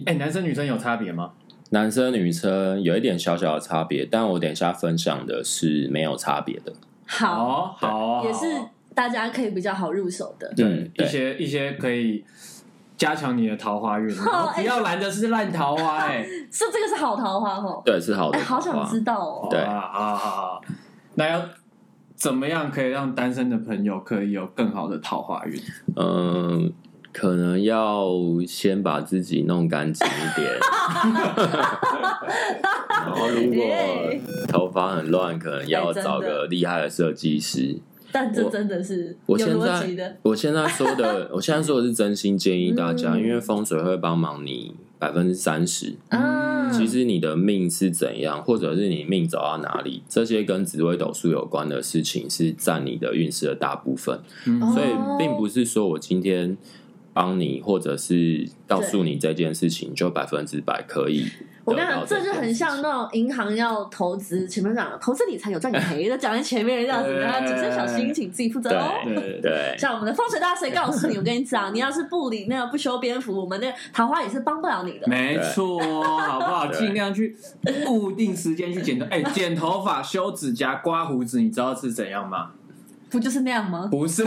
Speaker 1: 哎、男生女生有差别吗？
Speaker 3: 男生女生有一点小小的差别，但我等一下分享的是没有差别的。
Speaker 2: 好，
Speaker 1: 哦好哦，
Speaker 2: 也是大家可以比较好入手的。
Speaker 1: 对
Speaker 3: 嗯对
Speaker 1: 一些一些可以加强你的桃花
Speaker 2: (laughs)
Speaker 1: 运，然
Speaker 2: 好
Speaker 1: 后不
Speaker 2: 哎
Speaker 1: 要拦的是烂桃花哎、
Speaker 2: 是这个是好桃花哦，
Speaker 3: 对，是好的
Speaker 2: 哎，好
Speaker 3: 桃花。
Speaker 2: 想知道哦。
Speaker 3: 对
Speaker 1: 啊啊好，那要怎么样可以让单身的朋友可以有更好的桃花运？
Speaker 3: 嗯，可能要先把自己弄干净一点。然后，如果
Speaker 2: 耶
Speaker 3: 头发很乱，可能要找个厉害的设计师。
Speaker 2: 但这
Speaker 3: 我
Speaker 2: 真的是有
Speaker 3: 我现
Speaker 2: 逻辑的
Speaker 3: 在，我现在说的，我现在说的是真心建议大家，
Speaker 2: 嗯
Speaker 3: 因为风水会帮忙你百分之三十。
Speaker 2: 啊。
Speaker 3: 嗯其实你的命是怎样，或者是你命走到哪里，这些跟紫微斗数有关的事情是占你的运势的大部分。
Speaker 1: 嗯
Speaker 2: 哦
Speaker 3: 所以并不是说我今天帮你，或者是告诉你这件事情就百分之百可以。
Speaker 2: 我跟你讲，这
Speaker 3: 这
Speaker 2: 就很像那种银行要投资，前面讲投资理财有赚有赔的，讲在前面这样子，
Speaker 1: 对
Speaker 2: 然后谨慎小心，请自己负责哦。
Speaker 3: 对
Speaker 1: 对
Speaker 2: (laughs)
Speaker 3: 对
Speaker 2: 像我们的风水大师也告诉你，我跟你讲，你要是不理那个不修边幅，我们那个桃花也是帮不了你的。
Speaker 1: 没错，好不好？
Speaker 3: 对
Speaker 1: 尽量去固定时间去剪头，哎、剪头发、修指甲、刮胡子，你知道是怎样吗？
Speaker 2: 不就是那样吗？
Speaker 1: 不是，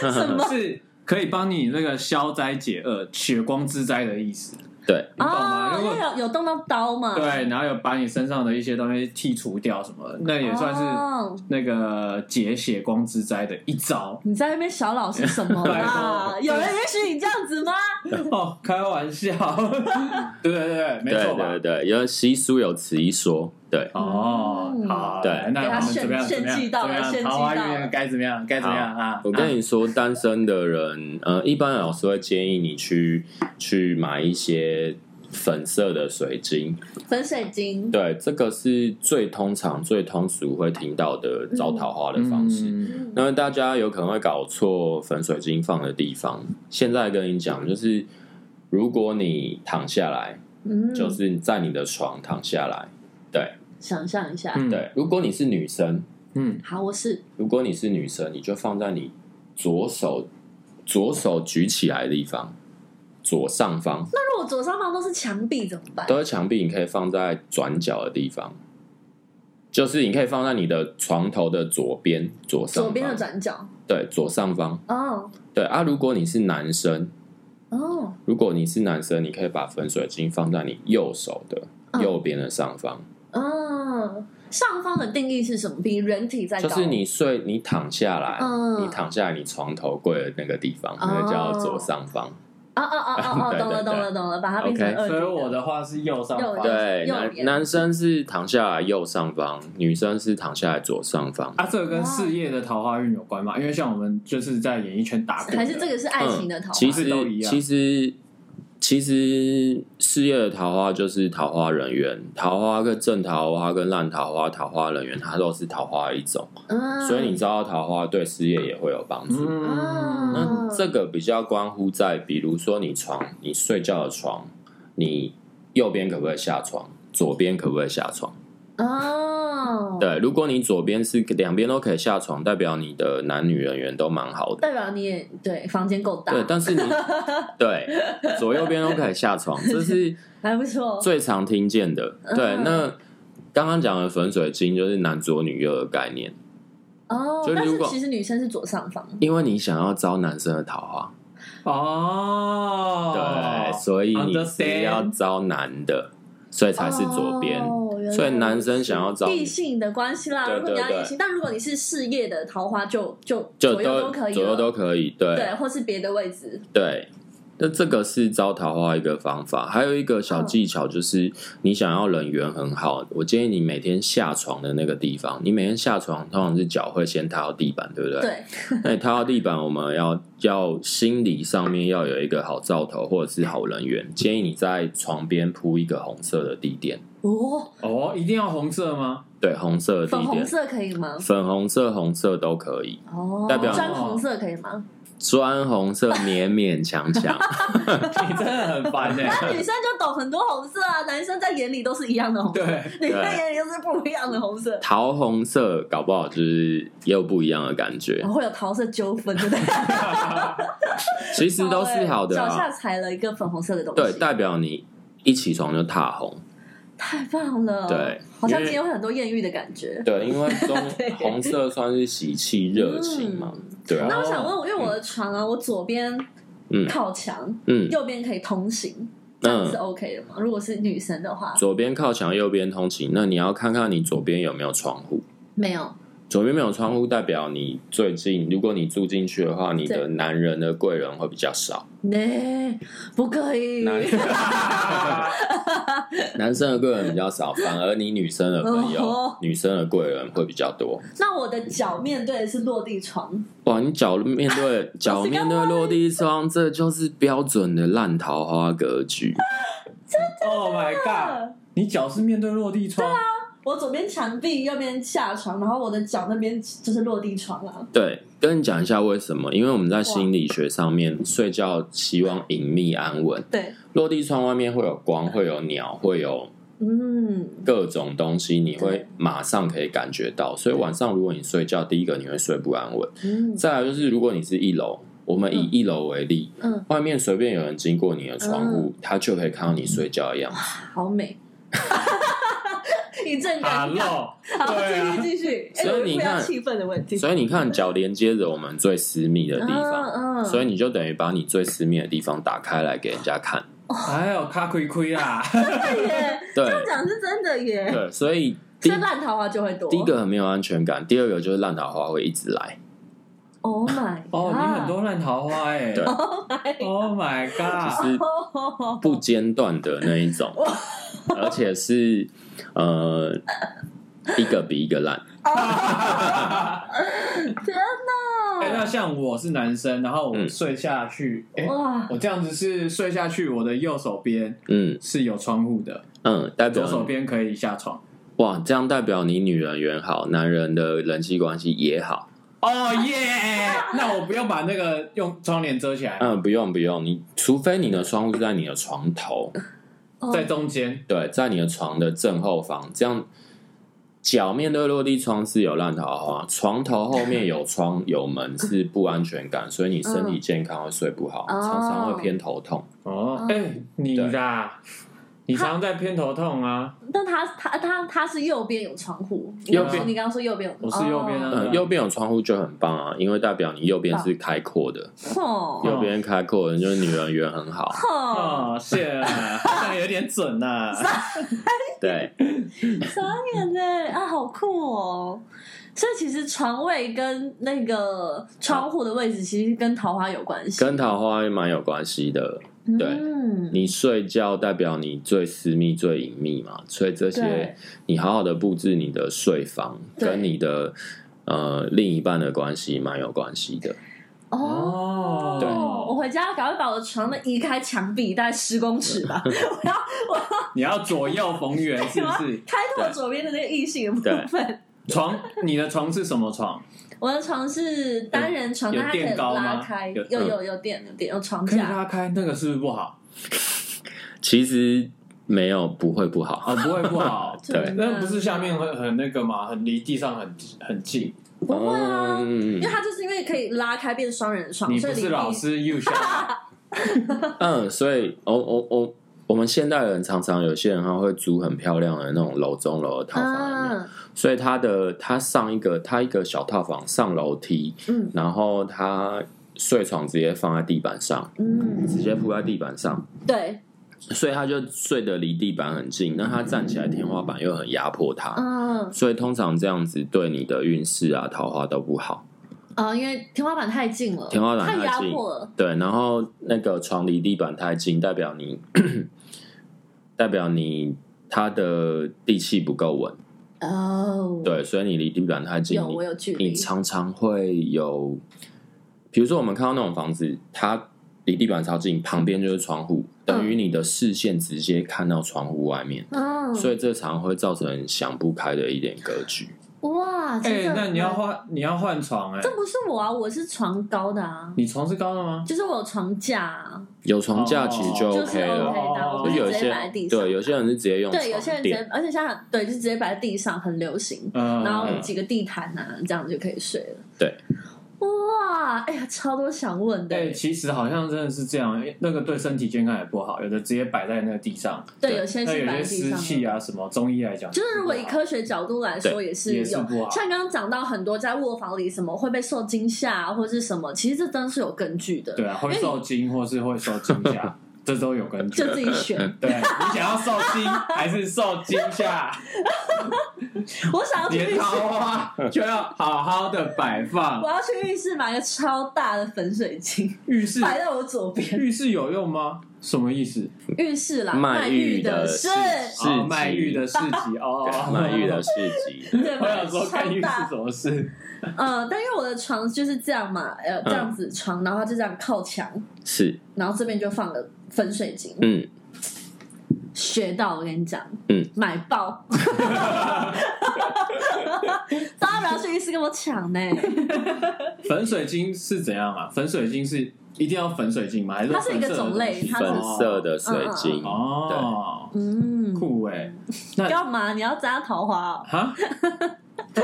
Speaker 2: 什么？
Speaker 1: 是可以帮你那个消灾解厄、血光之灾的意思，
Speaker 3: (laughs) 对
Speaker 1: 你懂吗？
Speaker 2: 哦，
Speaker 1: 如
Speaker 2: 因
Speaker 1: 果
Speaker 2: 为有有动到刀嘛。
Speaker 1: 对，然后有把你身上的一些东西剔除掉什么的，那也算是
Speaker 2: 哦。
Speaker 1: 那个解血光之灾的一招
Speaker 2: 你在那边小老师什么啦？
Speaker 1: 拜托
Speaker 2: 有人允许你这样子吗？
Speaker 1: 哦，开玩笑， (laughs) 对对对，没
Speaker 3: 对
Speaker 1: 错吧
Speaker 3: 对？对，有习俗有此一说，对。
Speaker 1: 哦，好，
Speaker 3: 对
Speaker 1: 那
Speaker 2: 给他
Speaker 1: 我们
Speaker 2: 炫
Speaker 1: 怎么样？怎
Speaker 2: 炫
Speaker 1: 么样？
Speaker 2: 技到
Speaker 1: 怎么
Speaker 2: 了炫
Speaker 1: 样？
Speaker 2: 技
Speaker 1: 桃花
Speaker 2: 到了
Speaker 1: 运该怎么样？该怎么样啊？
Speaker 3: 我跟你说，单身的人，呃，一般老师会建议你去去买一些粉色的水晶，
Speaker 2: 粉水晶，
Speaker 3: 对，这个是最通常、最通俗会听到的招桃花的方式。
Speaker 1: 嗯
Speaker 3: 那么大家有可能会搞错粉水晶放的地方。现在跟你讲，就是如果你躺下来，
Speaker 2: 嗯，
Speaker 3: 就是在你的床躺下来，对
Speaker 2: 想象一下。
Speaker 1: 嗯，
Speaker 3: 对。如果你是女生，
Speaker 1: 嗯，
Speaker 2: 好，我是
Speaker 3: 如果你是女生，你就放在你左手左手举起来的地方，左上方。
Speaker 2: 那如果左上方都是墙壁怎么办？
Speaker 3: 都是墙壁，你可以放在转角的地方，就是你可以放在你的床头的左边左上方，
Speaker 2: 左边的转角。
Speaker 3: 对左上方。
Speaker 2: 哦
Speaker 3: 对啊，如果你是男生，
Speaker 2: 哦，
Speaker 3: 如果你是男生，你可以把粉水晶放在你右手的、
Speaker 2: 嗯
Speaker 3: 右边的上方，
Speaker 2: 嗯，上方的定义是什么？比人体再高？
Speaker 3: 就是你睡你躺下来，
Speaker 2: 嗯
Speaker 3: 你躺下来你床头柜的那个地方，
Speaker 2: 哦
Speaker 3: 那个叫左上方。
Speaker 2: 哦哦哦哦
Speaker 3: (laughs)
Speaker 2: 哦，
Speaker 3: 对
Speaker 2: 懂了
Speaker 3: 对对
Speaker 2: 懂了懂了，把它变成
Speaker 3: OK，
Speaker 2: 二 D
Speaker 1: 所以
Speaker 2: 的
Speaker 1: 我的话是右上
Speaker 2: 右
Speaker 1: 方啊
Speaker 3: 对，
Speaker 2: 右
Speaker 3: 男
Speaker 2: 边
Speaker 3: 男生是躺下来右上方，女生是躺下来左上方。
Speaker 2: 哦
Speaker 1: 啊，这个跟事业的桃花运有关嘛？因为像我们就是在演艺圈打滚的，
Speaker 2: 还是这个是爱情的桃
Speaker 3: 嗯、
Speaker 2: 花？
Speaker 3: 其
Speaker 1: 是都一
Speaker 3: 实
Speaker 1: 样
Speaker 3: 其实其实事业的桃花就是桃花人缘，桃花跟正桃花跟烂桃花、桃花人缘，它都是桃花一种。
Speaker 2: 嗯，
Speaker 3: 所以你知道桃花对事业也会有帮助。
Speaker 1: 嗯，
Speaker 2: 嗯
Speaker 3: 那这个比较关乎在，比如说你床，你睡觉的床，你右边可不可以下床，左边可不可以下床？
Speaker 2: 哦，
Speaker 3: 对，如果你左边是两边都可以下床，代表你的男女人缘都蛮好的。
Speaker 2: 代表你也对房间够大，
Speaker 3: 对，但
Speaker 2: (laughs)
Speaker 3: 是你对左右边都可以下床，这是
Speaker 2: (laughs) 还不错。
Speaker 3: 最常听见的。对，
Speaker 2: 哦嗯
Speaker 3: 那刚刚讲的粉水晶就是男左女右的概念，
Speaker 2: 哦，
Speaker 3: 就
Speaker 2: 但
Speaker 3: 如
Speaker 2: 是
Speaker 3: 果
Speaker 2: 其实女生是左上方，
Speaker 3: 因为你想要招男生的桃花，
Speaker 1: 哦，
Speaker 3: 对，所以你是
Speaker 2: 哦
Speaker 1: understand
Speaker 3: 要招男的，所以才是左边。
Speaker 2: 哦，原原来
Speaker 3: 所以男生想要找
Speaker 2: 异性的关系啦，
Speaker 3: 对
Speaker 2: 如果你要
Speaker 3: 对对
Speaker 2: 异性，但如果你是事业的桃花，就就
Speaker 3: 就
Speaker 2: 左右都可以了，
Speaker 3: 左右都可以，
Speaker 2: 对，或是别的位置，
Speaker 3: 对，那这个是招桃花一个方法，还有一个
Speaker 2: 嗯
Speaker 3: 小技巧就是，你想要人缘很好，我建议你每天下床的那个地方，你每天下床通常是脚会先踏到地板，对不对？。
Speaker 2: 对，
Speaker 3: 那你踏到地板，我们要要心理上面要有一个好兆头或者是好人缘，建议你在床边铺一个红色的地垫，
Speaker 2: 哦，
Speaker 1: 哦，一定要红色吗？ (laughs)
Speaker 3: 对，红色的
Speaker 2: 粉
Speaker 3: 地
Speaker 2: 红
Speaker 3: 垫，
Speaker 2: 色可以吗？
Speaker 3: 粉红色、红色都可以，
Speaker 2: 哦，
Speaker 3: 代表
Speaker 2: 砖红色可以吗？
Speaker 3: 砖红色勉勉强强。
Speaker 1: 你真的很烦哎、
Speaker 2: (laughs) 那女生就懂很多红色啊，男生在眼里都是一样的红色，
Speaker 1: 对，
Speaker 2: (laughs) 女生眼里都是不一样的红色，
Speaker 3: 桃红色搞不好就是也有不一样的感觉
Speaker 2: 然，后会有桃色纠纷，对不对？
Speaker 3: (laughs) 其实都是好的、
Speaker 2: 脚下
Speaker 3: 啊。
Speaker 2: 踩了一个粉红色的东
Speaker 3: 对，
Speaker 2: 西，
Speaker 3: 代表你一起床就踏红。
Speaker 2: 太棒了，
Speaker 3: 对，
Speaker 2: 好像
Speaker 1: 因为
Speaker 2: 今天有很多艳遇的感觉。
Speaker 3: 对，因为
Speaker 2: (laughs)
Speaker 3: 中
Speaker 2: 对
Speaker 3: 红色算是喜气热情嘛。
Speaker 2: 嗯
Speaker 3: 对啊，
Speaker 2: 那我想问，因为我的床啊，我左边
Speaker 3: 嗯
Speaker 2: 靠墙，
Speaker 3: 哦嗯
Speaker 2: 右边可以通行，这样是
Speaker 3: 嗯，
Speaker 2: OK 的吗？如果是女生的话，
Speaker 3: 左边靠墙，右边通勤。那你要看看你左边有没有窗户。
Speaker 2: 没有
Speaker 3: 左边没有窗户，代表你最近，如果你住进去的话，你的
Speaker 2: 对
Speaker 3: 男人的贵人会比较少。
Speaker 2: 呢，不可以。
Speaker 3: (laughs) 男男生的贵人比较少，反而你女生的朋友
Speaker 2: 哦，
Speaker 3: 女生的贵人会比较多。
Speaker 2: 那我的脚面对的是落地窗，
Speaker 3: 哇，你脚面 (laughs) 对脚面对落地窗，这就是标准的烂桃花格局。
Speaker 1: Oh my
Speaker 3: 啊
Speaker 1: god！你脚是面对落地窗，
Speaker 2: 我左边墙壁，右边下床，然后我的脚那边就是落地窗啊。
Speaker 3: 对，跟你讲一下为什么？因为我们在心理学上面，睡觉希望隐秘安稳，
Speaker 2: 对，
Speaker 3: 落地窗外面会有光，会有鸟，会有
Speaker 2: 嗯，
Speaker 3: 各种东西，你会
Speaker 2: 对
Speaker 3: 马上可以感觉到。所以晚上如果你睡觉，第一个你会睡不安稳，
Speaker 2: 嗯
Speaker 3: 再来就是如果你是一楼，我们以
Speaker 2: 嗯
Speaker 3: 一楼为例，
Speaker 2: 嗯，
Speaker 3: 外面随便有人经过你的窗户，他就可以看到你睡觉的样子。
Speaker 2: 好美。 (laughs) 一 (laughs) 阵
Speaker 1: 哈
Speaker 2: 尴尬，
Speaker 1: 喽，
Speaker 2: 好，
Speaker 1: 啊对啊
Speaker 2: 继续继续。哎
Speaker 3: 所以你
Speaker 2: 我不要
Speaker 3: 看
Speaker 2: 气氛的问题。
Speaker 3: 所以你看，脚连接着我们最私密的地方，
Speaker 2: 嗯嗯
Speaker 3: 所以你就等于把你最私密的地方打开来给人家看。
Speaker 2: 哎
Speaker 1: 还有卡亏亏 (laughs) 啦，
Speaker 2: 啊对耶，(laughs)
Speaker 3: 对
Speaker 2: 这样讲是真的耶。
Speaker 3: 对，所以第
Speaker 2: 所以烂桃花就会多。
Speaker 3: 第一个很没有安全感，第二个就是烂桃花会一直来。
Speaker 2: ，Oh my，
Speaker 1: 哦，
Speaker 2: God
Speaker 1: 你很多烂桃花
Speaker 2: 啊
Speaker 1: 哎、
Speaker 3: 对
Speaker 1: o h Oh my
Speaker 3: 就
Speaker 1: god！
Speaker 2: (laughs)
Speaker 3: 是不间断的那一种，而且是呃一个比一个烂。
Speaker 2: 天
Speaker 1: (laughs) 哎那
Speaker 2: 哪！
Speaker 1: 像我是男生，然后我
Speaker 3: 嗯
Speaker 1: 睡下去，哎、
Speaker 2: 哇，
Speaker 1: 我这样子是睡下去，我的右手边
Speaker 3: 嗯
Speaker 1: 是有窗户的，
Speaker 3: 嗯，代
Speaker 1: 左手
Speaker 3: 表
Speaker 1: 边可以下床。
Speaker 3: 哇，这样代表你女人缘好，男人的人际关系也好。
Speaker 1: 哦耶！那我不用把那个用窗帘遮起来，
Speaker 3: 嗯，不用不用，你除非你的窗户是在你的床 (laughs) 头，
Speaker 2: 哦
Speaker 1: 在中间。
Speaker 3: 对，在你的床的正后方，这样脚面对落地窗是有烂桃花，床头后面有窗有门是不安全感，所以你身体健康会睡不好，
Speaker 2: 哦
Speaker 3: 常常会偏头痛。
Speaker 1: 哦
Speaker 2: 哦，
Speaker 1: 哎、你啦，你常在偏头痛啊，
Speaker 2: 但他他他他是右边有窗户，
Speaker 1: 右
Speaker 2: 你刚
Speaker 1: 边
Speaker 2: 说你刚刚说右边有，
Speaker 1: 我是右边啊
Speaker 3: 嗯，右边有窗户就很棒啊，因为代表你右边是开阔的，
Speaker 2: 哦，。
Speaker 1: 有
Speaker 3: 右边开阔的人就是女人缘很好
Speaker 2: 哦，
Speaker 1: 哦，谢 (laughs) 了，好像有点准啊呐、
Speaker 3: (laughs) 对，
Speaker 2: 傻眼呢啊，好酷哦！所以其实床位跟那个窗户的位置，其实跟桃花有关系。
Speaker 3: 跟桃花也蛮有关系的。对
Speaker 2: 嗯，
Speaker 3: 你睡觉代表你最私密、最隐秘嘛，所以这些
Speaker 2: 对
Speaker 3: 你好好的布置你的睡房，
Speaker 2: 对
Speaker 3: 跟你的呃另一半的关系蛮有关系的。
Speaker 2: 哦。
Speaker 1: 哦，
Speaker 3: 对
Speaker 2: 我回家赶快把我的床的移开墙壁，大概十公
Speaker 1: (laughs)
Speaker 2: 尺吧。我要
Speaker 1: 你要左右逢源是不
Speaker 2: 我要 (laughs)
Speaker 1: 是？
Speaker 2: 开拓左边的那个异性的
Speaker 3: 对
Speaker 2: 部分。
Speaker 1: 床，你的床是什么
Speaker 2: (laughs)
Speaker 1: 床？
Speaker 2: 我的床是单人床，
Speaker 1: 有
Speaker 2: 但它可以
Speaker 1: 有垫高吗
Speaker 2: 拉开，
Speaker 1: 有嗯
Speaker 2: 有有有垫有垫有床
Speaker 1: 可以
Speaker 2: 架。，
Speaker 1: 拉开，那个是不是不好？
Speaker 3: 其实没有不会不好，
Speaker 1: 哦，不会不好
Speaker 2: (laughs) 对
Speaker 1: 那不是下面很很那个吗？很离地上很很近。
Speaker 2: 不会啊，因为
Speaker 3: 嗯
Speaker 2: 它就是因为可以拉开变双人床，
Speaker 1: 你
Speaker 2: 所以
Speaker 1: 不
Speaker 2: 里
Speaker 1: 是
Speaker 2: 面
Speaker 1: 老师又想
Speaker 2: (laughs)
Speaker 3: 嗯，所以我我我我们现代人常常有些人他会租很漂亮的那种楼中楼的套房里面，
Speaker 2: 啊，
Speaker 3: 所以他的他上一个他一个小套房上楼梯，
Speaker 2: 嗯
Speaker 3: 然后他睡床直接放在地板上，
Speaker 2: 嗯，
Speaker 3: 直接铺在地板上。
Speaker 2: 对，
Speaker 3: 所以他就睡得离地板很近，那他站起来天花板又很压迫他，
Speaker 2: 嗯，
Speaker 3: 所以通常这样子对你的运势啊、桃花都不好。
Speaker 2: 啊，因为天花板太近了，
Speaker 3: 天花板太近
Speaker 2: 压迫了，
Speaker 3: 对，然后那个床离地板太近，代表你 (coughs) 代表你他的地气不够稳，
Speaker 2: 哦，，
Speaker 3: 对，所以你离地板太近，
Speaker 2: 有
Speaker 3: 你
Speaker 2: 我有距
Speaker 3: 你
Speaker 2: 离，
Speaker 3: 常常会有，比如说我们看到那种房子，它离地板超近，旁边就是窗户，等于你的视线直接看到窗户外面，
Speaker 2: 嗯，
Speaker 3: 所以这常会造成想不开的一点格局。
Speaker 2: 哇，
Speaker 1: 哎、
Speaker 2: 真的
Speaker 1: 那你要换你要换床哎、
Speaker 2: 这不是我啊，我是床高的啊，
Speaker 1: 你床是高的吗？
Speaker 2: 就是我有床架啊，
Speaker 3: 有床架其实就
Speaker 1: 哦
Speaker 2: 就是
Speaker 3: OK 了，
Speaker 2: OK 的，我
Speaker 1: 就
Speaker 2: 们
Speaker 1: 是
Speaker 3: 有
Speaker 2: 直
Speaker 3: 一
Speaker 2: 接
Speaker 3: 些
Speaker 2: 摆在地上，
Speaker 3: 对有些人是直接用
Speaker 2: 对，有些
Speaker 3: 床
Speaker 2: 人直
Speaker 3: 垫，
Speaker 2: 接，而且像对，就直接摆在地上，很流行。
Speaker 1: 嗯，
Speaker 2: 然后
Speaker 1: 嗯
Speaker 2: 几个地毯啊，这样就可以睡了。
Speaker 3: 对，
Speaker 2: 哇，哎呀，超多想问的。欸
Speaker 1: 哎、其实好像真的是这样，哎那个对身体健康也不好，有的直接摆在那个地上，
Speaker 2: 对，有些
Speaker 1: 那
Speaker 2: 是
Speaker 1: 有些
Speaker 2: 摆在地
Speaker 1: 湿
Speaker 2: 上
Speaker 1: 气
Speaker 2: 的。
Speaker 1: 啊什么，中医来讲
Speaker 2: 就是如果以
Speaker 1: 不好
Speaker 2: 科学角度来说，
Speaker 3: 对
Speaker 2: 也是
Speaker 1: 也
Speaker 2: 有。
Speaker 1: 是不好
Speaker 2: 像刚刚讲到很多在卧房里什么会被受惊吓、啊、或是什么，其实这真的是有根据的。
Speaker 1: 对啊，会受惊或是会受惊吓，这都有根据
Speaker 2: 就。自
Speaker 1: (laughs)
Speaker 2: 己选。
Speaker 1: 对你想要受惊还是受惊吓？
Speaker 2: 我想要去
Speaker 1: 你
Speaker 2: 浴
Speaker 1: 的
Speaker 2: 室，
Speaker 1: 桃花就要好好的摆放
Speaker 2: 我。要去浴室买个超大的粉水晶，
Speaker 1: 浴室
Speaker 2: 摆在我左边。
Speaker 1: 浴室有用吗？什么意思？
Speaker 2: 浴室啦，
Speaker 3: 卖
Speaker 2: 卖
Speaker 3: 浴
Speaker 2: 的
Speaker 3: 的
Speaker 2: 是，
Speaker 3: 是市集
Speaker 1: 哦，卖玉的市集哦，
Speaker 3: 对曼玉的市集，
Speaker 1: (laughs)
Speaker 2: 对，
Speaker 1: 我
Speaker 2: 买
Speaker 1: 想
Speaker 2: 个
Speaker 1: 说
Speaker 2: 超
Speaker 1: 看浴
Speaker 2: 大
Speaker 1: 是什么事？
Speaker 2: 嗯，但因为我的床就是这样嘛，呃，这
Speaker 1: 嗯
Speaker 2: 样子床，然后就这样靠墙，
Speaker 3: 是
Speaker 2: 然后这边就放了粉水晶，
Speaker 3: 嗯，
Speaker 2: 学到我跟你讲，
Speaker 3: 嗯，
Speaker 2: 买
Speaker 1: (laughs)
Speaker 2: 爆， (laughs) 大家不要去浴室跟我
Speaker 1: (laughs)
Speaker 2: 抢呢，
Speaker 1: 粉水晶是怎样啊？粉水晶是一定要粉水晶吗？还是
Speaker 2: 它是一个嗯
Speaker 1: 粉色的
Speaker 2: 种类
Speaker 1: 东西
Speaker 2: 它
Speaker 3: 粉色的水晶，
Speaker 1: 哦，
Speaker 2: 嗯，
Speaker 1: 酷哎，那
Speaker 2: 干嘛？你要扎桃花哦？
Speaker 1: 哈， (laughs)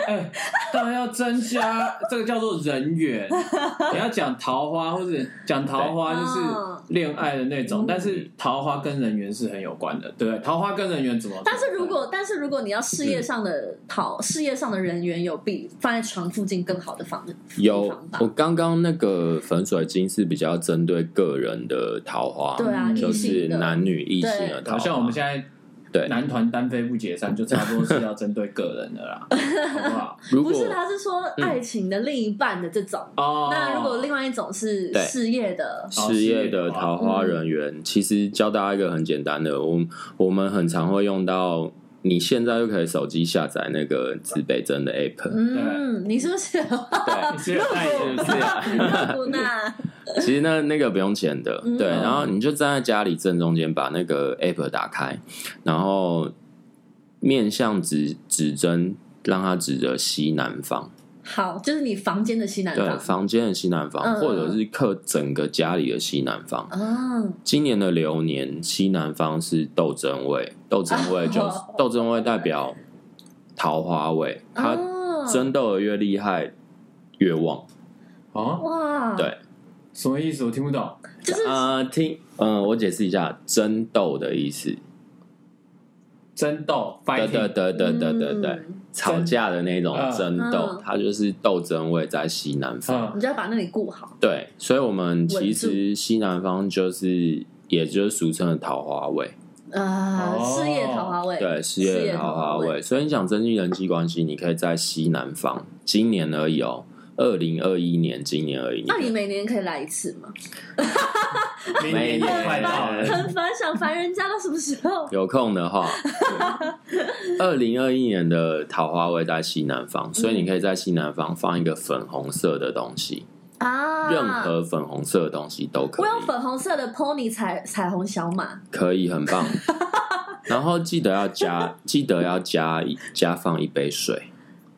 Speaker 1: 哎，当然要增加这个叫做人缘。你要讲桃花，或者讲桃花就是恋爱的那种
Speaker 2: 哦嗯，
Speaker 1: 但是桃花跟人缘是很有关的，对不对？桃花跟人缘怎么？
Speaker 2: 但是如果但是如果你要事业上的讨事业上的人员有比放在床附近更好的房子，地
Speaker 3: 有
Speaker 2: 方吧
Speaker 3: 我刚刚那个粉水晶是比较针对个人的桃花，
Speaker 2: 对啊，
Speaker 1: 嗯
Speaker 2: 异
Speaker 3: 就
Speaker 2: 性
Speaker 3: 是
Speaker 2: 的
Speaker 3: 男女异性的桃
Speaker 1: 好
Speaker 3: 花。
Speaker 1: 像我们现在
Speaker 3: 对，
Speaker 1: 男团单飞不解散，就差不多是要针对个人的
Speaker 2: (laughs)
Speaker 1: 啦，好不好？
Speaker 3: 如
Speaker 2: 不
Speaker 3: 果
Speaker 2: 是，他是说
Speaker 3: 嗯
Speaker 2: 爱情的另一半的这种。
Speaker 1: 哦，
Speaker 2: 那如果另外一种是
Speaker 3: 对
Speaker 2: 事业的，
Speaker 3: 事业
Speaker 2: 哦
Speaker 3: 的桃花人员，
Speaker 2: 嗯
Speaker 3: 其实教大家一个很简单的，我们我们很常会用到，你现在就可以手机下载那个指北针的 app，、
Speaker 2: 嗯，你是不是 (laughs)
Speaker 1: 你是有代言人
Speaker 2: 露娜？
Speaker 3: 其实那那个不用钱的，
Speaker 2: 嗯
Speaker 3: 对，然后你就站在家里正中间，把那个 app 打开，然后面向指指针，让它指着西南方，
Speaker 2: (laughs) 好，就是你房间的西南
Speaker 3: 对，
Speaker 2: 方。
Speaker 3: 房间的西南方，
Speaker 2: 嗯嗯嗯嗯
Speaker 3: 或者是客整个家里的西南方。
Speaker 2: 嗯，
Speaker 3: 今年的流年西南方是斗争位，斗争位就是斗争位代表桃花位，它
Speaker 2: 哦哦
Speaker 3: 争斗的越厉害越旺。
Speaker 1: 哦，
Speaker 2: 哇，
Speaker 3: 对，
Speaker 1: 什么意思？我听不懂。
Speaker 2: 就是
Speaker 3: 呃，听，嗯、我解释一下争斗的意思，
Speaker 1: 争斗
Speaker 3: 对对
Speaker 1: ，fighting，
Speaker 3: 对对对对对，
Speaker 2: 嗯
Speaker 3: 吵架的那种争
Speaker 2: 嗯
Speaker 3: 斗，它就是斗争位在西南方。
Speaker 1: 嗯，
Speaker 2: 你就要把那里顾好。
Speaker 3: 对，所以我们其
Speaker 2: 稳
Speaker 3: 实西南方就是，也就是俗称的桃花位。
Speaker 2: 呃，
Speaker 1: 哦
Speaker 2: 事业桃花位，
Speaker 3: 对，事业桃花位。所以你想增进人际关系，你可以在西南方。今年而已哦，二零二一年，今年而已。
Speaker 2: 那你每年可以来一次吗？
Speaker 1: 明年也快到
Speaker 3: 对
Speaker 1: 了，
Speaker 2: 很烦，想烦人家到什么时候？
Speaker 3: 有空的
Speaker 2: (laughs)
Speaker 3: 话，二零二一年的桃花位在西南方，所以
Speaker 2: 嗯
Speaker 3: 你可以在西南方放一个粉红色的东西，
Speaker 2: 啊，
Speaker 3: (laughs) 任何粉红色的东西都可
Speaker 2: 我有
Speaker 3: 以，
Speaker 2: 粉红色的 pony 彩彩虹小马，
Speaker 3: 可以很
Speaker 2: (laughs)
Speaker 3: 棒。然后记得要加，记得要加一加放一杯水，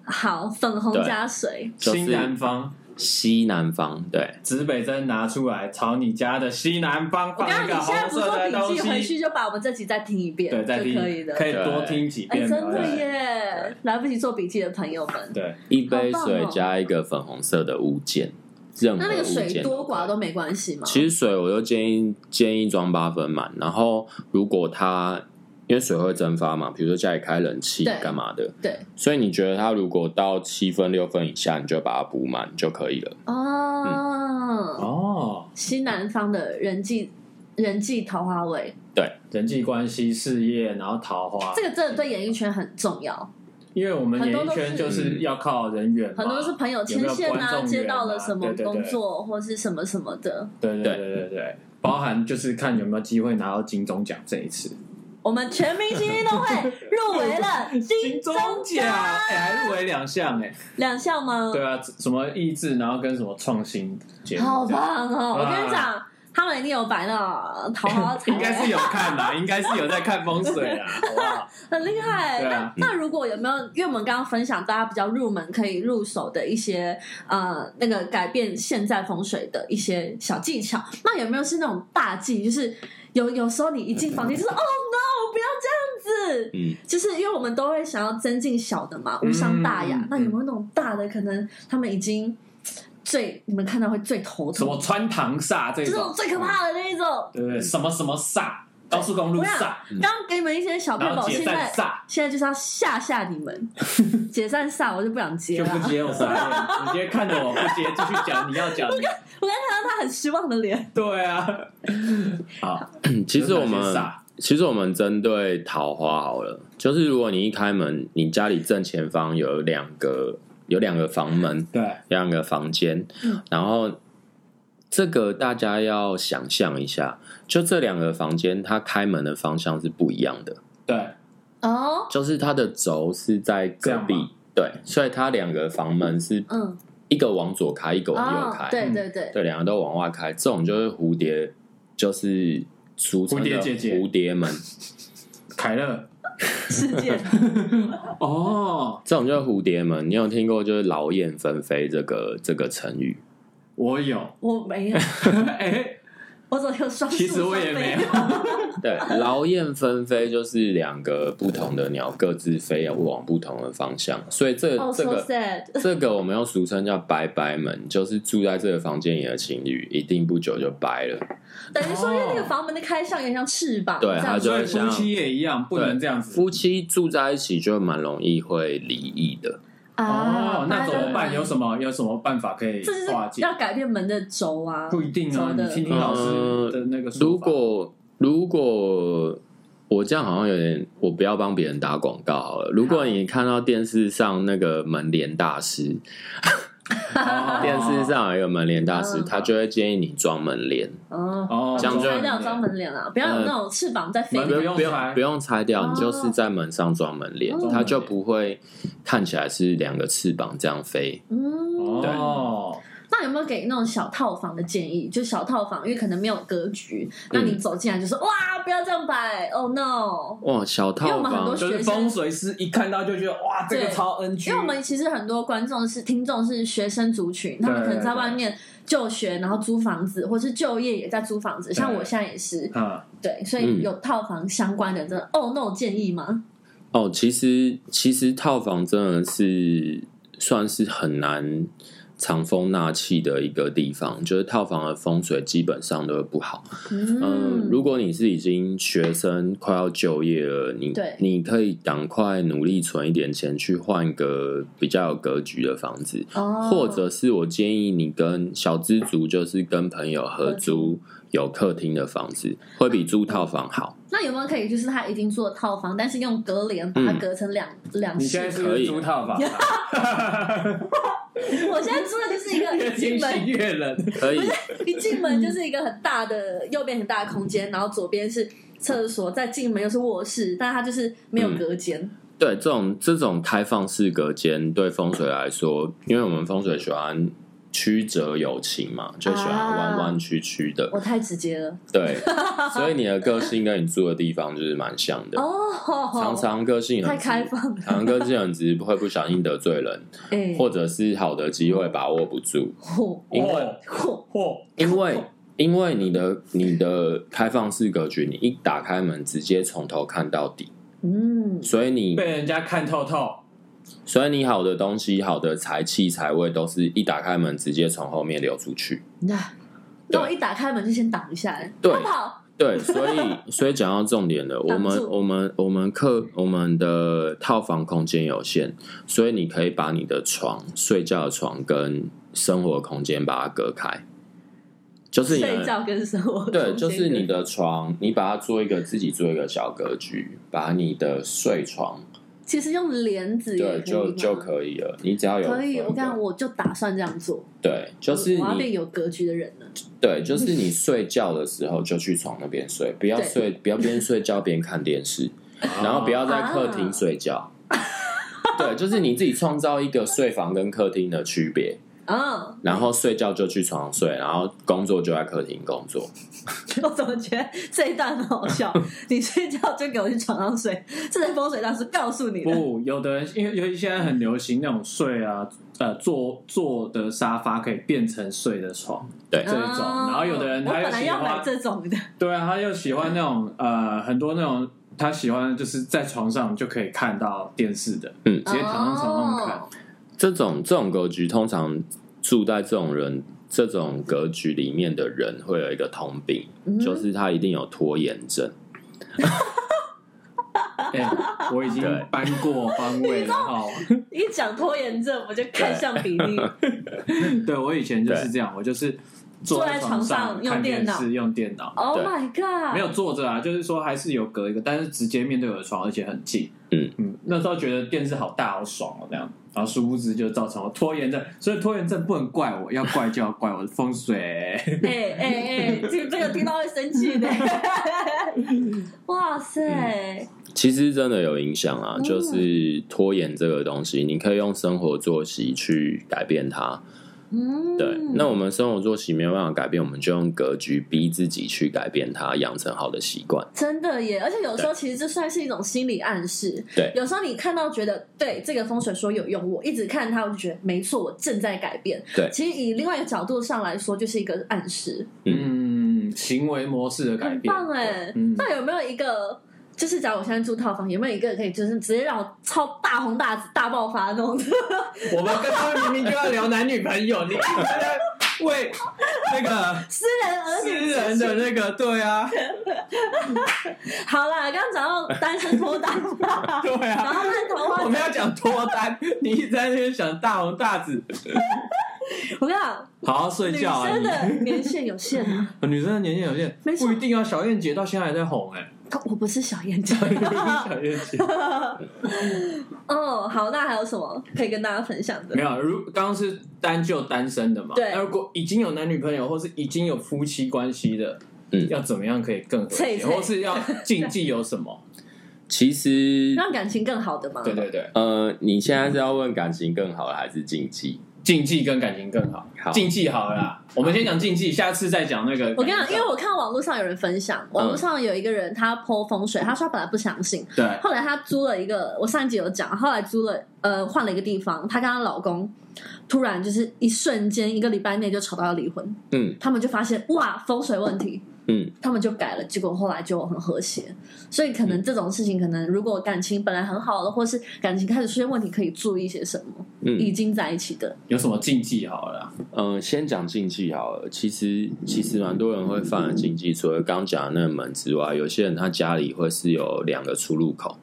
Speaker 2: 好，粉红
Speaker 3: 对
Speaker 2: 加水，
Speaker 3: 就
Speaker 1: 新南
Speaker 3: 是
Speaker 1: 方。
Speaker 3: 西南方，对，
Speaker 1: 指北针拿出来，朝你家的西南方
Speaker 2: 我
Speaker 1: 放
Speaker 2: 刚刚
Speaker 1: 一个
Speaker 2: 你现在
Speaker 1: 红
Speaker 2: 不
Speaker 1: 色
Speaker 2: 是
Speaker 1: 的
Speaker 2: 说
Speaker 1: 东
Speaker 2: 笔记回
Speaker 1: 西。
Speaker 2: 去就把我们这集再听一遍，
Speaker 1: 对，再
Speaker 2: 就
Speaker 1: 听
Speaker 2: 可以的。
Speaker 1: 可以多听几
Speaker 2: 哎，
Speaker 1: 遍。
Speaker 2: 真的
Speaker 1: 对
Speaker 2: 耶，来不及做笔记的朋友们，
Speaker 1: 对，
Speaker 3: 一杯
Speaker 2: 好棒
Speaker 3: 水
Speaker 2: 哦
Speaker 3: 加一个粉红色的物件，任何
Speaker 2: 那那个
Speaker 3: 物件
Speaker 2: 水多
Speaker 3: 可
Speaker 2: 寡
Speaker 3: 以
Speaker 2: 都没关系嘛。
Speaker 3: 其实水我就建议建议装八分满，然后如果它因为水会蒸发嘛，比如说家里开冷气
Speaker 2: 对
Speaker 3: 干嘛的，
Speaker 2: 对
Speaker 3: 所以你觉得它如果到七分六分以下，你就把它补满就可以了。
Speaker 2: 哦，
Speaker 1: 哦，
Speaker 2: 西南方的人际人际桃花位，
Speaker 1: 人际关系、事业，然后桃花
Speaker 2: 这，个真的对演艺圈很重要，
Speaker 1: 因为我们
Speaker 2: 很多
Speaker 1: 演
Speaker 2: 都
Speaker 1: 艺圈
Speaker 2: 是
Speaker 1: 就是要靠人缘嘛，
Speaker 2: 很多都是朋友
Speaker 1: 有没
Speaker 2: 牵
Speaker 1: 有
Speaker 2: 线
Speaker 1: 观众缘啊
Speaker 2: 接到了什么
Speaker 1: 对对对
Speaker 2: 工作或是什么什么的。
Speaker 1: 对对对对对，包含就是看有没有机会拿到金钟奖这一次。
Speaker 2: 我们全明星运动会入围 (laughs) 了金钟
Speaker 1: 奖，哎、还入围两项哎，
Speaker 2: 两项吗？
Speaker 1: 对啊，什么益智，然后跟什么创新节目，
Speaker 2: 好棒哦！我
Speaker 1: 啊
Speaker 2: 跟你讲，他们一定有摆那桃花
Speaker 1: (laughs) 应该是有看啦，应该是有在看风水啦，好不好？
Speaker 2: 很厉害。
Speaker 1: 对
Speaker 2: 那
Speaker 1: 啊
Speaker 2: 那如果有没有？因为我们刚刚分享大家比较入门可以入手的一些呃那个改变现在风水的一些小技巧，那有没有是那种大忌？就是有有时候你一进房间就是哦 no，不要这样子。
Speaker 3: 嗯，
Speaker 2: 就是因为我们都会想要增进小的嘛，无伤大雅。
Speaker 1: 嗯
Speaker 2: 那有没有那种大的？可能他们已经最你们看到会最头
Speaker 1: 什
Speaker 2: 痛，
Speaker 1: 么穿堂煞这
Speaker 2: 这种
Speaker 1: 种，
Speaker 2: 最可，怕的那一种。
Speaker 1: 对不对？什么什么煞，高速公路
Speaker 2: 我想
Speaker 1: 煞，
Speaker 2: 刚刚给你们一些小配
Speaker 1: 嗯然
Speaker 2: 宝，
Speaker 1: 后
Speaker 2: 现
Speaker 1: 解
Speaker 2: 在
Speaker 1: 散煞，
Speaker 2: 现在就是要吓吓你
Speaker 1: (laughs)
Speaker 2: 们，解散煞我就不想接
Speaker 1: 就
Speaker 2: 了。
Speaker 1: 不接我傻眼，你直接看着我不接，继续讲你要讲
Speaker 2: (laughs)
Speaker 1: 的，
Speaker 2: 我刚看到他很失望的脸，
Speaker 1: 对啊，好，
Speaker 3: 嗯其实我
Speaker 1: 有哪些
Speaker 3: 们
Speaker 1: 煞
Speaker 3: 其实我们针对桃花好了，就是如果你一开门，你家里正前方有两个有两个房门，
Speaker 1: 对，
Speaker 3: 两个房间，
Speaker 1: 嗯
Speaker 3: 然后这个大家要想象一下，就这两个房间，它开门的方向是不一样的，
Speaker 1: 对，
Speaker 2: 哦，
Speaker 3: 就是它的轴是在
Speaker 1: 这
Speaker 3: 隔
Speaker 1: 样吗
Speaker 3: 壁，对，所以它两个房门是
Speaker 2: 嗯，
Speaker 3: 一个往左开，一个往右
Speaker 2: 哦
Speaker 3: 开，，
Speaker 2: 对
Speaker 1: 嗯
Speaker 2: 对对，
Speaker 3: 对，两个都往外开，这种就是蝴蝶，就是俗称的
Speaker 1: 蝴蝶姐姐
Speaker 3: 蝴蝶门，
Speaker 1: 凯乐，嗯
Speaker 2: 世界
Speaker 1: 哦，
Speaker 3: 这种就是蝴蝶门。你有听过就是劳燕分飞这个这个成语？
Speaker 1: 我有， (laughs)
Speaker 2: 我没有，
Speaker 1: 哎，
Speaker 2: 我只有双数
Speaker 1: 其实我也没有
Speaker 2: (laughs) 双飞
Speaker 3: 对，劳燕分飞就是两个不同的鸟各自飞往不同的方向，所以这
Speaker 1: (laughs)
Speaker 3: 个、
Speaker 2: 哦
Speaker 3: 这
Speaker 2: ，so
Speaker 3: 个
Speaker 2: sad，
Speaker 3: 这个我们又俗称叫拜拜门，就是住在这个房间里的情侣一定不久就掰了。
Speaker 2: 等于说因为那个
Speaker 1: 哦
Speaker 2: 房门的开向有点像翅膀，
Speaker 3: 对
Speaker 2: 这样
Speaker 3: 它就
Speaker 1: 所
Speaker 3: 会
Speaker 1: 以夫
Speaker 3: 像
Speaker 1: 妻也一样，不能这样子。
Speaker 3: 夫妻住在一起就蛮容易会离异的。
Speaker 2: 啊
Speaker 1: 哦，，那怎么办？有
Speaker 2: 么？
Speaker 1: 什么有什么办法可以
Speaker 2: 这就
Speaker 1: 化
Speaker 2: 是
Speaker 1: 解？
Speaker 2: 要改变门的轴啊，
Speaker 1: 不一定啊，
Speaker 2: 走的
Speaker 1: 你听听老师的那个说法。
Speaker 3: 呃如果如果我这样好像有点，我不要帮别人打广告好了。如果你看到电视上那个门帘大师，
Speaker 1: 哦
Speaker 3: 电视上有一个门帘大师，
Speaker 2: 嗯
Speaker 3: 他就会建议你装门帘，
Speaker 2: 哦。
Speaker 1: 哦，
Speaker 3: 这样就
Speaker 2: 拆掉装门帘啊，不要有那种翅膀在飞
Speaker 1: 门
Speaker 2: 的
Speaker 1: 不用
Speaker 3: 不用
Speaker 1: 拆
Speaker 3: 不用拆掉，
Speaker 2: 哦
Speaker 3: 你就是在门上装门帘
Speaker 2: 哦，
Speaker 3: 它就不会看起来是两个翅膀这样飞。
Speaker 2: 嗯，
Speaker 1: 哦，
Speaker 2: 那有没有给那种小套房的建议？就小套房，因为可能没有格局，那你走进来就说、哇，不要这样摆，Oh no！
Speaker 3: 哇，小
Speaker 2: 因为
Speaker 3: 套
Speaker 2: 我们很多
Speaker 3: 房
Speaker 1: 就是
Speaker 2: 学生
Speaker 1: 风水师一看到就觉得哇，这个
Speaker 2: 对
Speaker 1: 超 NG。
Speaker 2: 因为我们其实很多观众是听众是学生族群，他们可能在外面就学，然后租房子，或是就业也在租房子。像我现在也是，
Speaker 1: 啊，
Speaker 2: 对，所以
Speaker 3: 嗯
Speaker 2: 有套房相关的这 Oh no 建议吗？
Speaker 3: 哦，其实其实套房真的是算是很难藏风纳气的一个地方，就是套房的风水基本上都会不好。嗯，如果你是已经学生快要就业了，你
Speaker 2: 对
Speaker 3: 你可以赶快努力存一点钱去换个比较有格局的房子，
Speaker 2: 哦
Speaker 3: 或者是我建议你跟小资族，就是跟朋友合租有客厅的房子，会比租套房好。
Speaker 2: 那有没有可以，就是他已经做套房，但是用隔帘把它
Speaker 3: 嗯
Speaker 2: 隔成两、两
Speaker 1: 你
Speaker 2: 室
Speaker 1: 现在？是
Speaker 3: 可
Speaker 1: 不是
Speaker 3: 以
Speaker 1: 租套房啊，
Speaker 2: (laughs) 我现在租的就是一
Speaker 3: (laughs)
Speaker 2: 个
Speaker 1: 越
Speaker 2: 一进
Speaker 1: 清晰
Speaker 2: 门 (laughs)
Speaker 1: 越冷。 (laughs)
Speaker 3: 可以，
Speaker 2: 一进门就是一个很大的右边很大的空间，然后左边是厕所，再进门又是卧室，但它就是没有隔间。
Speaker 3: 对，这种这种开放式隔间对风水来说，因为我们风水喜欢曲折有情嘛，就喜欢
Speaker 2: 啊
Speaker 3: 弯弯曲曲的，
Speaker 2: 我太直接了 (laughs)
Speaker 3: 对，所以你的个性跟你住的地方就是蛮像的。
Speaker 2: 哦，
Speaker 3: 常常个性
Speaker 2: 太
Speaker 3: 很直，
Speaker 2: 开
Speaker 3: (laughs)
Speaker 2: 放了，
Speaker 3: 常常个性很直，会不小心得罪人，
Speaker 2: 哎、
Speaker 3: 或者是好的机会把握不住，
Speaker 2: 嚯
Speaker 3: 因为
Speaker 1: 哦
Speaker 2: 嚯
Speaker 1: 嚯，
Speaker 3: 因为因为你的你的开放式格局，你一打开门直接从头看到底，
Speaker 2: 嗯，
Speaker 3: 所以你
Speaker 1: 被人家看透 (laughs) 透，
Speaker 3: 所以你好的东西、好的财气、财位，都是一打开门直接从后面流出去。
Speaker 2: 那那我一打开门就先挡一下，哎
Speaker 3: 对
Speaker 2: 不跑，
Speaker 3: 对，所
Speaker 2: (laughs)
Speaker 3: 以所以讲到重点了，我
Speaker 2: 挡
Speaker 3: 们
Speaker 2: 住
Speaker 3: 我们我们客我们的套房空间有限，所以你可以把你的床、睡觉的床跟生活空间把它隔开。就是你的
Speaker 2: 睡觉跟生活
Speaker 3: (laughs) 对，
Speaker 2: 空间
Speaker 3: 就是你
Speaker 2: 隔
Speaker 3: 的床，你把它做一个自己做一个小格局，把你的睡床
Speaker 2: 其实用帘子也
Speaker 3: 对就就
Speaker 2: 以
Speaker 3: 可以了。你
Speaker 1: 啊
Speaker 3: 只要有
Speaker 2: 吗。可以，
Speaker 3: 分
Speaker 2: 我刚
Speaker 3: 隔
Speaker 2: 我就打算这样做，
Speaker 3: 对，就是
Speaker 2: 我要
Speaker 3: 你
Speaker 2: 变有格局的人了。
Speaker 3: 对，
Speaker 2: (laughs)
Speaker 3: 就是你睡觉的时候就去床那边睡，不要
Speaker 2: 对
Speaker 3: 睡，不要边睡觉边看电视，
Speaker 1: 啊
Speaker 3: 然后不要在客
Speaker 2: 啊
Speaker 3: 厅
Speaker 2: (laughs)
Speaker 3: 睡觉。对，就是你自己创造一个睡房跟客厅的区别，
Speaker 2: 嗯，
Speaker 3: 然后睡觉就去床上睡，然后工作就在客厅工作。
Speaker 2: (laughs) 我怎么觉得这一段很
Speaker 1: (laughs)
Speaker 2: 好笑？你睡觉就给我去床上睡，这是风水大师告诉你的。
Speaker 1: 不，有的人因为尤其现在很流行那种睡啊，呃，坐坐的沙发可以变成睡的床，
Speaker 3: 对
Speaker 1: 这种。
Speaker 2: 哦
Speaker 1: 然后有的人
Speaker 2: 我
Speaker 1: 他
Speaker 2: 本
Speaker 1: 又
Speaker 2: 来
Speaker 1: 喜
Speaker 2: 要买
Speaker 1: 欢，
Speaker 2: 这种的，
Speaker 1: 对啊，他又喜欢那种呃，很多那种他喜欢就是在床上就可以看到电视的，
Speaker 3: 嗯
Speaker 1: 直接躺上床上看。
Speaker 2: 哦
Speaker 3: 这种这种格局，通常住在这种人这种格局里面的人，会有一个通病，
Speaker 2: 嗯
Speaker 3: 就是他一定有拖延症。
Speaker 1: 哎、我已经
Speaker 3: 对
Speaker 1: 搬过方位了哦哈。
Speaker 2: 一讲拖延症，我就看向比利。
Speaker 1: 对我以前就是这样，我就是坐
Speaker 2: 坐在
Speaker 1: 床
Speaker 2: 床上
Speaker 1: 上
Speaker 2: 用
Speaker 1: 看
Speaker 2: 电
Speaker 1: 电
Speaker 2: 脑
Speaker 1: 视、用电脑，
Speaker 2: (laughs) Oh
Speaker 3: 对
Speaker 2: my god！
Speaker 1: 没有坐着啊，就是说还是有隔一个，但是直接面对我的床，而且很近。
Speaker 3: 嗯
Speaker 1: 嗯，那时候觉得电视好大，好爽哦，这样。然后殊不知就造成我拖延症，所以拖延症不能怪我，要怪就要怪我的风水。
Speaker 2: 哎哎哎，这这个听到会生气
Speaker 1: (laughs)
Speaker 2: 的。哇塞，
Speaker 3: 其实真的有影响
Speaker 2: 嗯
Speaker 3: 啊，就是拖延这个东西，你可以用生活作息去改变它。
Speaker 2: 嗯，
Speaker 3: 对，那我们生活作息没有办法改变，我们就用格局逼自己去改变它，养成好的习惯。
Speaker 2: 真的耶！而且有时候其实这算是一种心理暗示。
Speaker 3: 对
Speaker 2: 有时候你看到觉得对这个风水说有用，我一直看它，我就觉得没错，我正在改变。
Speaker 3: 对
Speaker 2: 其实以另外一个角度上来说，就是一个暗示，
Speaker 1: (laughs) 嗯，行为模式的改
Speaker 2: 很
Speaker 1: 变，
Speaker 2: 棒哎
Speaker 1: 嗯。
Speaker 2: 那有没有一个？就是，假如我现在住套房，有没有一个可以就是直接让我超大红大紫大爆发那种？ (laughs)
Speaker 1: 我们刚刚明明就要聊男女朋友，你一直在为那个
Speaker 2: 私人儿
Speaker 1: 私
Speaker 2: 女
Speaker 1: 人的那个，对啊，
Speaker 2: 好啦，刚刚讲到单身脱单
Speaker 1: (laughs)
Speaker 2: 嘛，
Speaker 1: 对
Speaker 2: 然
Speaker 1: 啊。
Speaker 2: 后看桃花
Speaker 1: 我们要讲脱单，你一直在那边想大红大紫，
Speaker 2: 我跟你讲，
Speaker 1: 好好睡
Speaker 2: 女
Speaker 1: 觉啊！
Speaker 2: 生
Speaker 1: 你
Speaker 2: 的年限有限啊，
Speaker 1: 女生的年纪有限，
Speaker 2: 没错
Speaker 1: 不一定啊。小燕姐到现在还在红
Speaker 2: (laughs)
Speaker 1: 哎、
Speaker 2: 可我不是小眼
Speaker 1: (laughs)
Speaker 2: 睛。
Speaker 1: 小燕姐
Speaker 2: 哦，好，那还有什么可以跟大家分享的
Speaker 1: 没？有。如刚刚是单就单身的嘛，
Speaker 2: 对
Speaker 1: 那如果已经有男女朋友或是已经有夫妻关系的，
Speaker 3: 嗯
Speaker 1: 要怎么样可以更和
Speaker 2: 脆
Speaker 1: 谐，
Speaker 2: 脆
Speaker 1: 或是要禁忌有什
Speaker 2: (laughs)
Speaker 1: 么？
Speaker 3: 其实，
Speaker 2: 让感情更好的嘛。
Speaker 1: 对对对，
Speaker 3: 呃，你现在是要问感情更好了还是禁忌？
Speaker 1: 禁忌跟感情更好。
Speaker 3: 好
Speaker 1: 禁忌好了啦，我们先讲禁忌，下次再讲那个。
Speaker 2: 我跟你讲，因为我看网络上有人分享，网络上有一个人他剖风水，他说他本来不相信，
Speaker 1: 对
Speaker 2: 后来她租了一个，我上一集有讲，后来租了呃换了一个地方，她跟她老公突然就是一瞬间一个礼拜内就吵到要离婚，
Speaker 3: 嗯
Speaker 2: 他们就发现哇风水问题，
Speaker 3: 嗯，
Speaker 2: 他们就改了，结果后来就很和谐。所以可能这种事情，可能如果感情本来很好的，或是感情开始出现问题，可以注意些什么？
Speaker 3: 嗯
Speaker 2: 已经在一起的，
Speaker 1: 有什么禁忌好了啦？
Speaker 3: 嗯，先讲禁忌好了。其实其实蛮多人会犯的禁忌，除了刚讲的那个门之外，有些人他家里会是有两个出入口，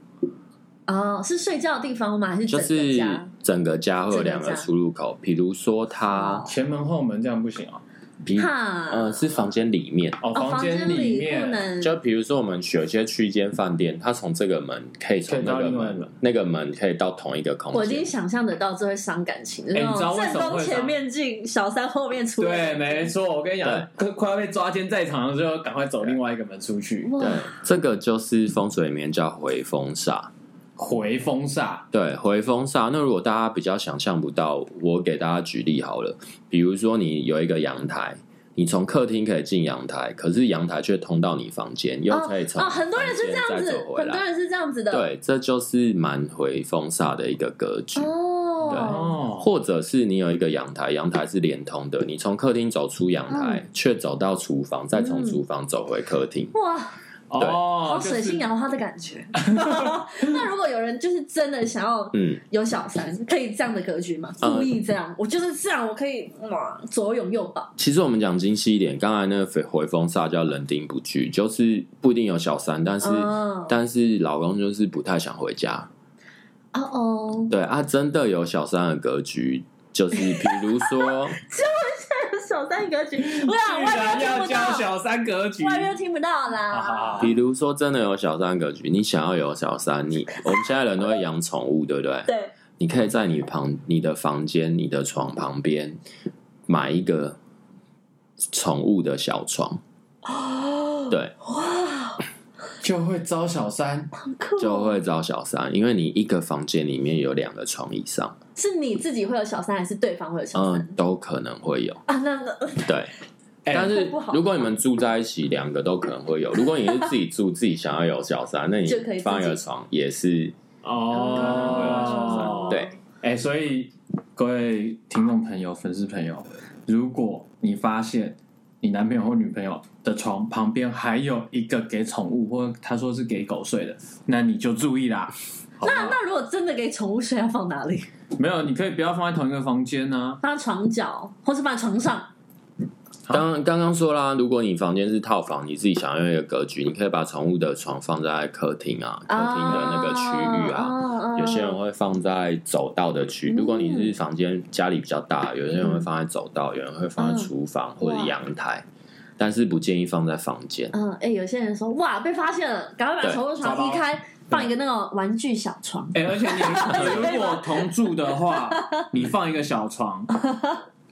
Speaker 2: 哦，是睡觉的地方吗？还是
Speaker 3: 就
Speaker 2: 整
Speaker 3: 是
Speaker 2: 个家？
Speaker 3: 整个家会有两
Speaker 2: 整
Speaker 3: 个
Speaker 2: 个家
Speaker 3: 出入口。比如说他，
Speaker 1: 前门后门这样不行啊、
Speaker 3: 比
Speaker 2: 哈，
Speaker 3: 呃是房间里面，
Speaker 1: 哦，
Speaker 2: 哦，房
Speaker 1: 间
Speaker 2: 里不
Speaker 1: 面
Speaker 2: 能
Speaker 3: 就比如说我们有些区间饭店，它从这个门可以从那
Speaker 1: 可
Speaker 3: 个
Speaker 1: 以到另外一个
Speaker 3: 门，那个门可以到同一个空
Speaker 2: 我已
Speaker 3: 间
Speaker 2: 经。想象得到这会伤感情，就
Speaker 1: 哎
Speaker 2: 是
Speaker 1: 你
Speaker 2: 那
Speaker 1: 知道
Speaker 2: 种
Speaker 1: 为
Speaker 2: 正
Speaker 1: 什么
Speaker 2: 宫
Speaker 1: 会
Speaker 2: 前
Speaker 1: 伤
Speaker 2: 面进，小三后面出。
Speaker 1: 对，没错，我跟你讲，快快要被抓奸在床的时候，赶快走另外一个门出去，
Speaker 2: 哇哦
Speaker 3: 对，，这个就是风水里面叫回风煞。
Speaker 1: 回风煞。
Speaker 3: 对，回风煞。那如果大家比较想象不到，我给大家举例好了。比如说，你有一个阳台，你从客厅可以进阳台，可是阳台却通到你房间，又
Speaker 2: 哦
Speaker 3: 可以从
Speaker 2: 哦，很多人是这
Speaker 3: 房
Speaker 2: 样
Speaker 3: 间再
Speaker 2: 子
Speaker 3: 走，回
Speaker 2: 很多
Speaker 3: 来。
Speaker 2: 人是这样子的。
Speaker 3: 对，这就是蛮回风煞的一个格局。
Speaker 2: 哦，
Speaker 1: 哦，
Speaker 3: 或者是你有一个阳台，阳台是连通的，你从客厅走出阳台，却走到厨房，再从
Speaker 2: 嗯
Speaker 3: 厨房走回客厅。
Speaker 2: 哇，
Speaker 3: 对
Speaker 1: 哦
Speaker 2: 好，水性杨花的感觉。那如果有人就是真的想要
Speaker 3: 嗯，
Speaker 2: 有小三，可以这样的格局吗？
Speaker 3: 嗯
Speaker 2: 故意这样，我就是这样，我可以哇左拥右抱。
Speaker 3: 其实我们讲精细一点，刚才那个回风煞叫人丁不聚，就是不一定有小三，但是、
Speaker 2: 哦
Speaker 3: 但是老公就是不太想回家。
Speaker 2: 哦哦， (laughs)
Speaker 3: 对啊，真的有小三的格局，就是比如说
Speaker 2: 小 (laughs) 小三
Speaker 1: (laughs)
Speaker 2: 格局，我想
Speaker 1: 居
Speaker 2: 外
Speaker 1: 然
Speaker 2: 面
Speaker 1: 要
Speaker 2: 听不
Speaker 1: 教
Speaker 2: 到，
Speaker 1: 小三格局，
Speaker 2: 外面听不到
Speaker 1: 好好
Speaker 2: 啦
Speaker 1: 好。
Speaker 3: 比如说，真的有小三格局，你想要有小三，你我们现在人都会养宠物，对不对？
Speaker 2: 对，
Speaker 3: 你可以在你旁、你的房间、你的床旁边买一个宠物的小床，
Speaker 2: 哦
Speaker 3: 对，
Speaker 1: 就会招小三。
Speaker 2: 很酷哦
Speaker 3: 就会找小三，因为你一个房间里面有两个床以上，
Speaker 2: 是你自己会有小三，还是对方会有小三
Speaker 3: 嗯，都可能会有，
Speaker 2: (laughs) 啊？那 (laughs) 那
Speaker 3: 对。
Speaker 1: 哎
Speaker 3: 但
Speaker 2: 会
Speaker 3: 是
Speaker 2: 不好
Speaker 3: 如果你们住在一起，两个都可能会有。如果你是自己
Speaker 2: (laughs)
Speaker 3: 住，自己想要有小三，那
Speaker 2: 就可以自
Speaker 3: 你
Speaker 2: 己
Speaker 3: 放一个床也是
Speaker 1: 哦，
Speaker 3: 对，
Speaker 1: 哎，所以各位听众朋友、粉丝朋友，如果你发现你男朋友或女朋友的床旁边还有一个给宠物或他说是给狗睡的，那你就注意啦。好不好
Speaker 2: 那那如果真的给宠物睡，要放哪里？
Speaker 1: 没有，你可以不要放在同一个房间啊。
Speaker 2: 放在床角，或是放在床上？
Speaker 3: 刚刚刚说啦，如果你房间是套房，你自己想要一个格局，你可以把宠物的床放在客厅啊，客厅的那个区域啊。
Speaker 2: 啊
Speaker 3: 有些人会放在走道的区，
Speaker 2: 嗯
Speaker 3: 如果你是房间家里比较大，有些人会放在走
Speaker 2: 嗯
Speaker 3: 道，有人会放在厨房或者阳台，但是不建议放在房间。
Speaker 2: 嗯，哎、有些人说哇，被发现了，赶快把
Speaker 3: 对
Speaker 2: 宠物
Speaker 1: 抓
Speaker 2: 床
Speaker 1: 包
Speaker 2: 移开，放一个那种玩具小床。
Speaker 1: 哎、而且你你如果同住的话，你放一个小床，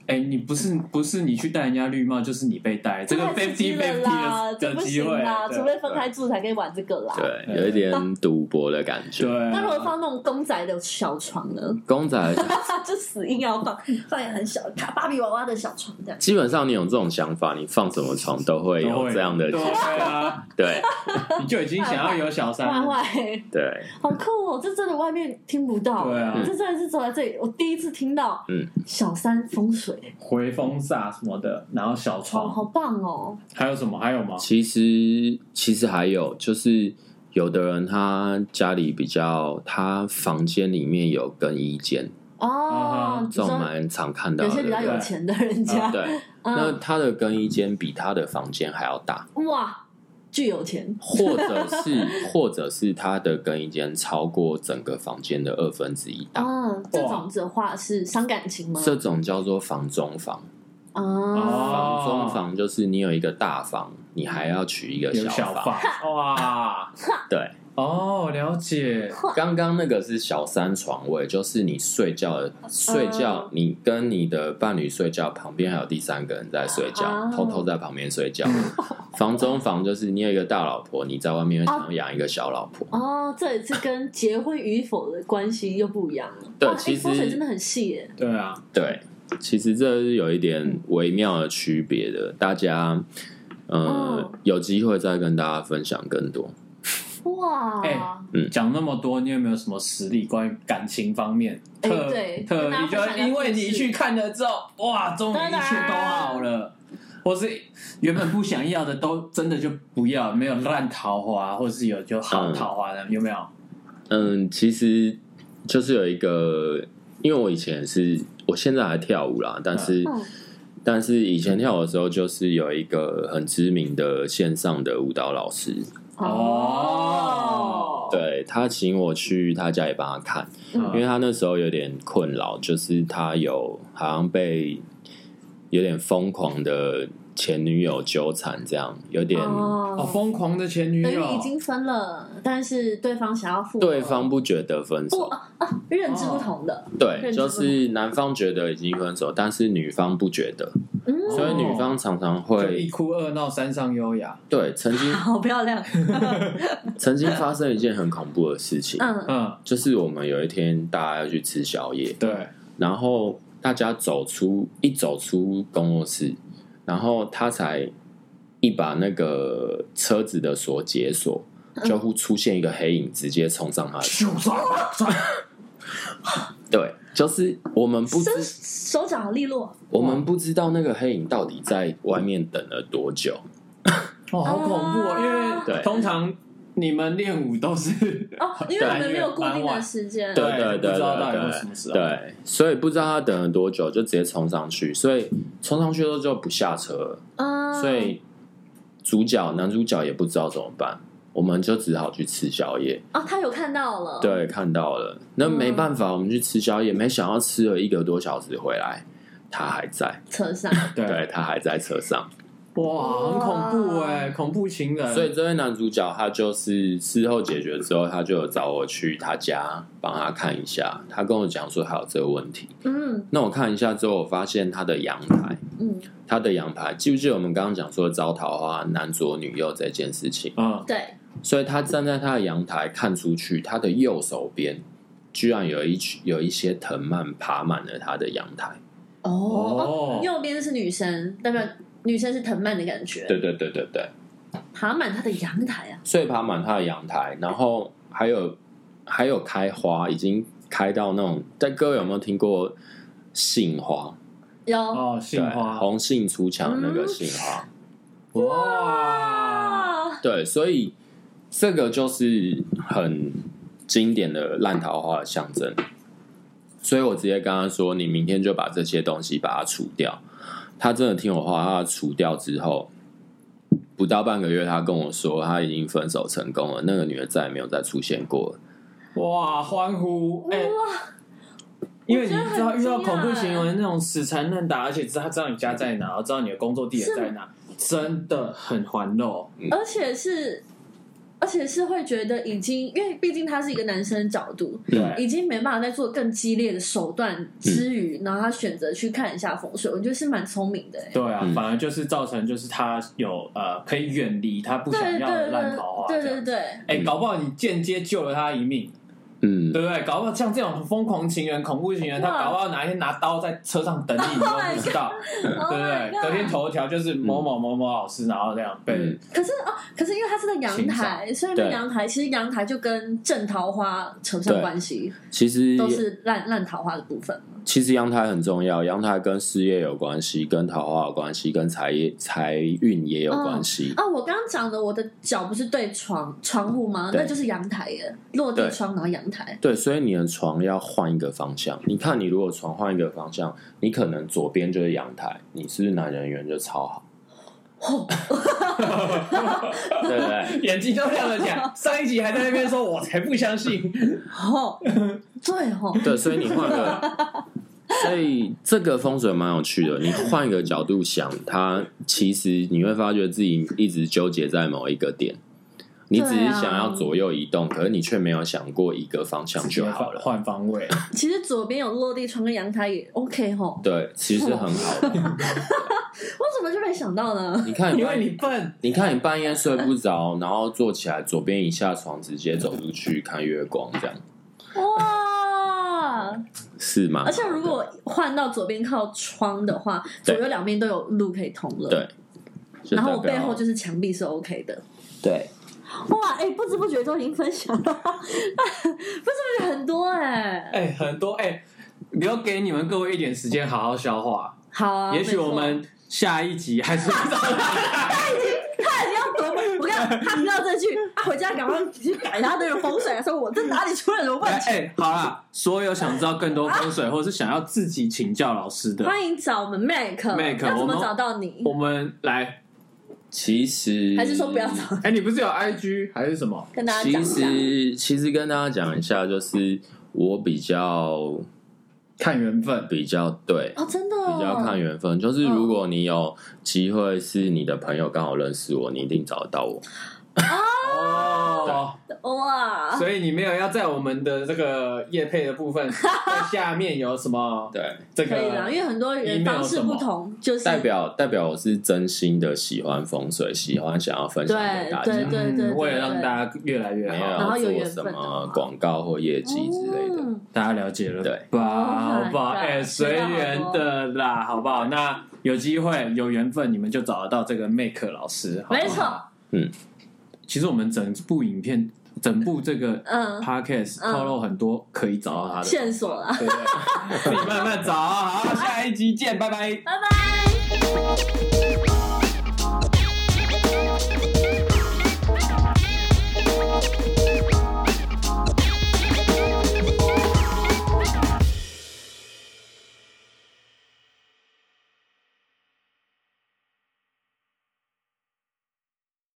Speaker 1: 哎、你不是不是你去戴人家绿帽，就是你被戴，这个
Speaker 2: 太刺
Speaker 1: fifty
Speaker 2: 激了
Speaker 1: fifty
Speaker 2: 啦，
Speaker 1: 的
Speaker 2: 这
Speaker 1: 的
Speaker 2: 不
Speaker 1: 机
Speaker 2: 行
Speaker 1: 会，
Speaker 2: 啦，
Speaker 1: 对
Speaker 2: 除非分开住才可以玩这个啦。
Speaker 3: 对，有一点赌博的感觉。
Speaker 1: 对啊
Speaker 2: 那如果放那种公仔的小床呢？
Speaker 3: 公仔
Speaker 2: (laughs) 就死硬要放，放一个很小的卡芭比娃娃的小床这样。
Speaker 3: 基本上你有这种想法，你放什么床都会
Speaker 1: 都
Speaker 3: 有
Speaker 1: 会
Speaker 3: 这样的结
Speaker 1: 对
Speaker 3: 果。
Speaker 1: 啊，
Speaker 3: 对
Speaker 1: 你就已经想要有小三
Speaker 3: 啊
Speaker 2: 坏
Speaker 1: 了，
Speaker 2: 坏，
Speaker 3: 对，
Speaker 2: 好酷哦！这真的外面听不到，
Speaker 1: 对啊
Speaker 2: 这真的是走在这里，我第一次听到，
Speaker 3: 嗯，
Speaker 2: 小三风水，
Speaker 1: 回风煞什么的，然后小
Speaker 2: 好好
Speaker 1: 床，
Speaker 2: 棒哦！
Speaker 1: 还有什么？还有吗？
Speaker 3: 其实其实还有就是，有的人他家里比较，他房间里面有更衣间，
Speaker 1: 啊
Speaker 2: 哦
Speaker 1: 哈，
Speaker 2: 你
Speaker 3: 这
Speaker 2: 说
Speaker 3: 种蛮常看到
Speaker 2: 有
Speaker 3: 的。啊
Speaker 2: 些比较
Speaker 3: 对
Speaker 2: 有钱的人家
Speaker 3: 不，对对，那
Speaker 2: 嗯，
Speaker 3: 他的更衣间比他的房间还要大，
Speaker 2: 哇，巨有钱，
Speaker 3: 或者
Speaker 2: (laughs)
Speaker 3: 是或者是他的更衣间超过整个房间的二分之一大，
Speaker 2: 嗯，这种子的话是伤感情吗？
Speaker 3: 这种叫做房中房。
Speaker 2: 啊，
Speaker 1: 哦
Speaker 3: 房中房就是你有一个大房，你还要取一个
Speaker 1: 有
Speaker 3: 小
Speaker 1: 小
Speaker 3: 房。
Speaker 1: 房哇，
Speaker 3: 对，
Speaker 1: 哦，了解，
Speaker 3: 刚刚那个是小三床位，就是你睡觉
Speaker 2: 嗯
Speaker 3: 的睡觉，你跟你的伴侣睡觉，旁边还有第三个人在睡觉
Speaker 2: 啊，嗯
Speaker 3: 偷偷在旁边睡觉。 (laughs) 房中房就是你有一个大老婆，你在外面会想要养一个小老婆。
Speaker 2: 哦，这也是跟结婚与否的关系又不一样了。
Speaker 3: 对
Speaker 2: 哇哎
Speaker 3: 其实
Speaker 2: 风水真的很细耶。
Speaker 1: 对啊，
Speaker 3: 对，其实这是有一点微妙的区别的，大家。呃
Speaker 2: 哦，
Speaker 3: 有机会再跟大家分享更多。
Speaker 2: 哇，
Speaker 1: 哎讲那么多，你有没有什么实例关于感情方面？
Speaker 2: 哎
Speaker 1: 特
Speaker 2: 对
Speaker 1: 特，
Speaker 2: 跟大家
Speaker 1: 你
Speaker 2: 分享一
Speaker 1: 就
Speaker 2: 下
Speaker 1: 因为你去看了之后，哇，终于一切都好了，或是原本不想要的都真的就不要，没有烂桃花，或是有就好桃花的，有没有？
Speaker 3: 嗯，其实就是有一个，因为我以前是，我现在还跳舞啦，但是、
Speaker 2: 嗯
Speaker 3: 但是以前跳舞的时候，就是有一个很知名的线上的舞蹈老师，
Speaker 1: 哦
Speaker 3: 对他请我去他家里帮他看，因为
Speaker 1: 嗯
Speaker 3: 他那时候有点困扰，就是他有好像被有点疯狂的前女友纠缠，这样有点。
Speaker 1: 好
Speaker 2: 哦，
Speaker 1: 疯狂的前女
Speaker 2: 等于
Speaker 1: 友
Speaker 2: 已，经分了，但是对方想要复合
Speaker 3: 对方嗯不觉得分手，
Speaker 2: 认知不同的，
Speaker 3: 对，
Speaker 2: 认知
Speaker 3: 就
Speaker 2: 不
Speaker 3: 是男方觉得已经分手，但是女方不觉得，
Speaker 2: 嗯，
Speaker 3: 所以女方常常
Speaker 1: 哦就一
Speaker 3: 会
Speaker 1: 哭二闹三上优雅，
Speaker 3: 对曾经
Speaker 2: 好漂
Speaker 3: (laughs)
Speaker 2: 亮，
Speaker 3: 曾经发生一件很恐怖的事情，
Speaker 2: 嗯
Speaker 1: 嗯，
Speaker 3: 就是我们有一天大家要去吃宵夜，
Speaker 1: 对，
Speaker 3: 然后大家走出一走出公卧室，然后他才一把那个车子的锁解锁，就会出现一个黑影直接冲上他的
Speaker 1: 就抓
Speaker 3: 对，就是我们不知
Speaker 2: 身手脚好利落，
Speaker 3: 我们不知道那个黑影到底在外面等了多久，
Speaker 1: 哦，好恐怖哦，
Speaker 2: 啊
Speaker 1: 因为
Speaker 3: 对
Speaker 1: 通常你们练舞都是
Speaker 2: 哦，因为
Speaker 3: 对
Speaker 2: 你们没有固定的时间，
Speaker 3: 对
Speaker 1: 对
Speaker 3: 对
Speaker 1: 不
Speaker 3: 对
Speaker 1: 知道到底
Speaker 3: 对
Speaker 1: 会
Speaker 3: 对
Speaker 1: 什么啊时候
Speaker 3: 对，所以不知道他等了多久，就直接冲上去，所以冲上去之后就不下车了。
Speaker 2: 嗯，
Speaker 3: 所以主角男主角也不知道怎么办，我们就只好去吃宵夜。
Speaker 2: 哦，他有看到了，，
Speaker 3: 嗯对，看到了，那没办法，我们去吃宵夜，没想到吃了一个多小时回来，它还在，
Speaker 2: 车上，
Speaker 1: (laughs) 对，
Speaker 3: 对，它还在车上。
Speaker 1: 哇，很恐怖哎、恐怖情人，
Speaker 3: 嗯所以这位男主角他就是事后解决之后，他就有找我去他家帮他看一下。他跟我讲说他有这个问题。
Speaker 2: 嗯
Speaker 3: 那我看一下之后，我发现他的阳台，
Speaker 2: 嗯，
Speaker 3: 他的阳台，记不记得我们刚刚讲说招桃花男左女右这件事情？
Speaker 1: 嗯，
Speaker 2: 对，
Speaker 3: 所以他站在他的阳台看出去，他的右手边居然有一群有一些藤蔓爬满了他的阳台。
Speaker 2: 哦，
Speaker 1: 哦
Speaker 2: 哦右边是女生，代表女生是藤蔓的感觉，
Speaker 3: 对对对对对，
Speaker 2: 爬满她的阳台啊，
Speaker 3: 所以爬满他的阳台，然后还有还有开花，已经开到那种。但各位有没有听过杏花？
Speaker 2: 有
Speaker 1: 哦，杏
Speaker 3: 对
Speaker 1: 花，嗯
Speaker 3: 红杏出墙的那个杏花。
Speaker 1: 哇，
Speaker 2: 啊，
Speaker 3: 对，所以这个就是很经典的烂桃花的象征。所以我直接跟他说：“你明天就把这些东西把它除掉。”他真的听我话，他除掉之后，不到半个月，他跟我说他已经分手成功了，那个女的再也没有再出现过了。
Speaker 1: 哇，欢呼！哎、因为你知道遇到恐怖行为那种死缠烂打，而且知道他知道你家在哪，然后知道你的工作地点在哪，真的很环肉。
Speaker 3: 嗯
Speaker 2: 而且是。而且是会觉得已经，因为毕竟他是一个男生的角度，
Speaker 1: 对，
Speaker 2: 已经没办法再做更激烈的手段
Speaker 1: 嗯
Speaker 2: 之余，然后他选择去看一下风水，我觉得是蛮聪明的、欸。
Speaker 1: 对啊，
Speaker 3: 嗯
Speaker 1: 反而就是造成就是他有呃可以远离他不想
Speaker 2: 对对
Speaker 1: 要的烂桃花。
Speaker 2: 对
Speaker 1: 这
Speaker 2: 对
Speaker 1: 样。
Speaker 2: 对，
Speaker 1: 哎、搞不好你间接救了他一命，
Speaker 3: 嗯，
Speaker 1: 对不对？搞不好像这种疯狂情人、恐怖情人，他
Speaker 2: 哇 Oh
Speaker 1: 搞不好哪一天拿刀在车上等你，你都不知道， (laughs)
Speaker 2: 对，Oh
Speaker 1: 对不对？隔天。头条就是某某某某老师，然后这样被
Speaker 3: 嗯
Speaker 2: 可是哦，可是因为它是在阳台，所以那
Speaker 3: 对
Speaker 2: 阳台其实阳台就跟正桃花扯不上
Speaker 3: 对
Speaker 2: 关系，
Speaker 3: 其实
Speaker 2: 都是烂烂桃花的部分嘛。
Speaker 3: 其实阳台很重要，阳台跟事业有关系，跟桃花有关系，跟财业财运也有关系。
Speaker 2: 啊，我刚刚讲的，我的脚不是对窗窗户吗？
Speaker 3: 对
Speaker 2: 那就是阳台耶，落地
Speaker 3: 对
Speaker 2: 窗然后阳台。
Speaker 3: 对，所以你的床要换一个方向。你看，你如果床换一个方向，你可能左边就是阳台，你是不是男人缘就超好？对不对？
Speaker 1: 眼睛都亮了起来。上一集还在那边说，我才不相信。
Speaker 2: 哦，对哦，
Speaker 3: 对，所以你换个，所以这个风水蛮有趣的。你换一个角度想，它其实你会发觉自己一直纠结在某一个点。你只
Speaker 2: 对
Speaker 3: 是
Speaker 2: 啊
Speaker 3: 想要左右移动，可是你却没有想过一个方向就好了。
Speaker 1: 换方位，
Speaker 2: 其实左边有落地窗跟阳台也 OK 哦，
Speaker 3: 对，其实很好
Speaker 2: 我
Speaker 3: 的。
Speaker 2: 怎么就没想到呢？
Speaker 3: 你看你
Speaker 1: 因为
Speaker 3: 半，
Speaker 1: 你笨。
Speaker 3: 你看你半夜睡不着，然后坐起来，左边一下床，直接走出去看月光，这样
Speaker 2: 哇！
Speaker 3: 是吗？
Speaker 2: 而且如果换到左边靠窗的话，左
Speaker 3: 对
Speaker 2: 右两边都有路可以通了。
Speaker 3: 对，就
Speaker 2: 然后
Speaker 3: 代
Speaker 2: 我
Speaker 3: 表
Speaker 2: 背后就是墙壁是 OK 的。
Speaker 3: 对，
Speaker 2: 哇，哎、不知不觉都已经分享了， (laughs) 不知不觉很多哎、
Speaker 1: 哎、很多哎、留给你们各位一点时间好好消化。
Speaker 2: 好啊，
Speaker 1: 也许
Speaker 2: 没错
Speaker 1: 我们下一集还是
Speaker 2: 他已经要多，我看他听到这句，他回家赶快去改他那个风水，说我这哪里出了什么问
Speaker 1: (laughs) 哎、
Speaker 2: 题？
Speaker 1: 哎好啦，所有想知道更多风水，或是想要自己请教老师的，
Speaker 2: 欢迎找我们 Mac，
Speaker 1: Mac，
Speaker 2: 要怎
Speaker 1: 我
Speaker 2: 么
Speaker 1: 们
Speaker 2: 找到你？
Speaker 1: 我们来。
Speaker 3: 其实
Speaker 2: 还是说不要找？
Speaker 1: 哎、你不是有 IG 还是什么？
Speaker 2: 跟大家讲
Speaker 3: 嗯其
Speaker 2: 一下？
Speaker 3: 实其实跟大家讲一下，就是我比较
Speaker 1: 看缘分。
Speaker 3: 比较对。
Speaker 2: 哦，真的、哦，
Speaker 3: 比较看缘分，就是如果你有机会是你的朋友刚好认识我，你一定找得到我。
Speaker 1: 哦，
Speaker 2: 哇，
Speaker 1: 所以你没有要在我们的这个叶配的部
Speaker 2: (laughs)
Speaker 1: 分在下面有什么
Speaker 3: 对，
Speaker 1: 这
Speaker 2: 可以啦，
Speaker 1: 个
Speaker 2: 因为很多人
Speaker 1: email
Speaker 2: 方式
Speaker 1: 什么
Speaker 2: 不同，就是
Speaker 3: 代表代表我是真心的喜欢风水，喜欢想要分享给大家。
Speaker 2: 对对对
Speaker 1: 嗯为了
Speaker 2: 对
Speaker 1: 让
Speaker 2: 对
Speaker 1: 大家越来越
Speaker 3: 没
Speaker 1: 好
Speaker 3: 有，
Speaker 2: 然后有
Speaker 3: 做
Speaker 2: 缘
Speaker 3: 什
Speaker 2: 分的
Speaker 3: 么
Speaker 2: 话
Speaker 3: 广告或业绩之类的。
Speaker 2: 嗯
Speaker 1: 大家了解了，
Speaker 3: 对
Speaker 1: 吧？
Speaker 2: Oh my
Speaker 1: 好不好？
Speaker 2: God，
Speaker 1: 哎，随缘的啦，好不好？那有机会有缘分，你们就找得到这个 Make 老师，好不好
Speaker 2: 没错。
Speaker 3: 嗯，
Speaker 1: 其实我们整部影片、整部这个
Speaker 2: 嗯
Speaker 1: Podcast
Speaker 2: 嗯
Speaker 1: 透露很多可以找到他的
Speaker 2: 线索啦。 (laughs)
Speaker 1: 对不对？自己慢慢找。好，下一集见，拜拜。
Speaker 2: 拜拜。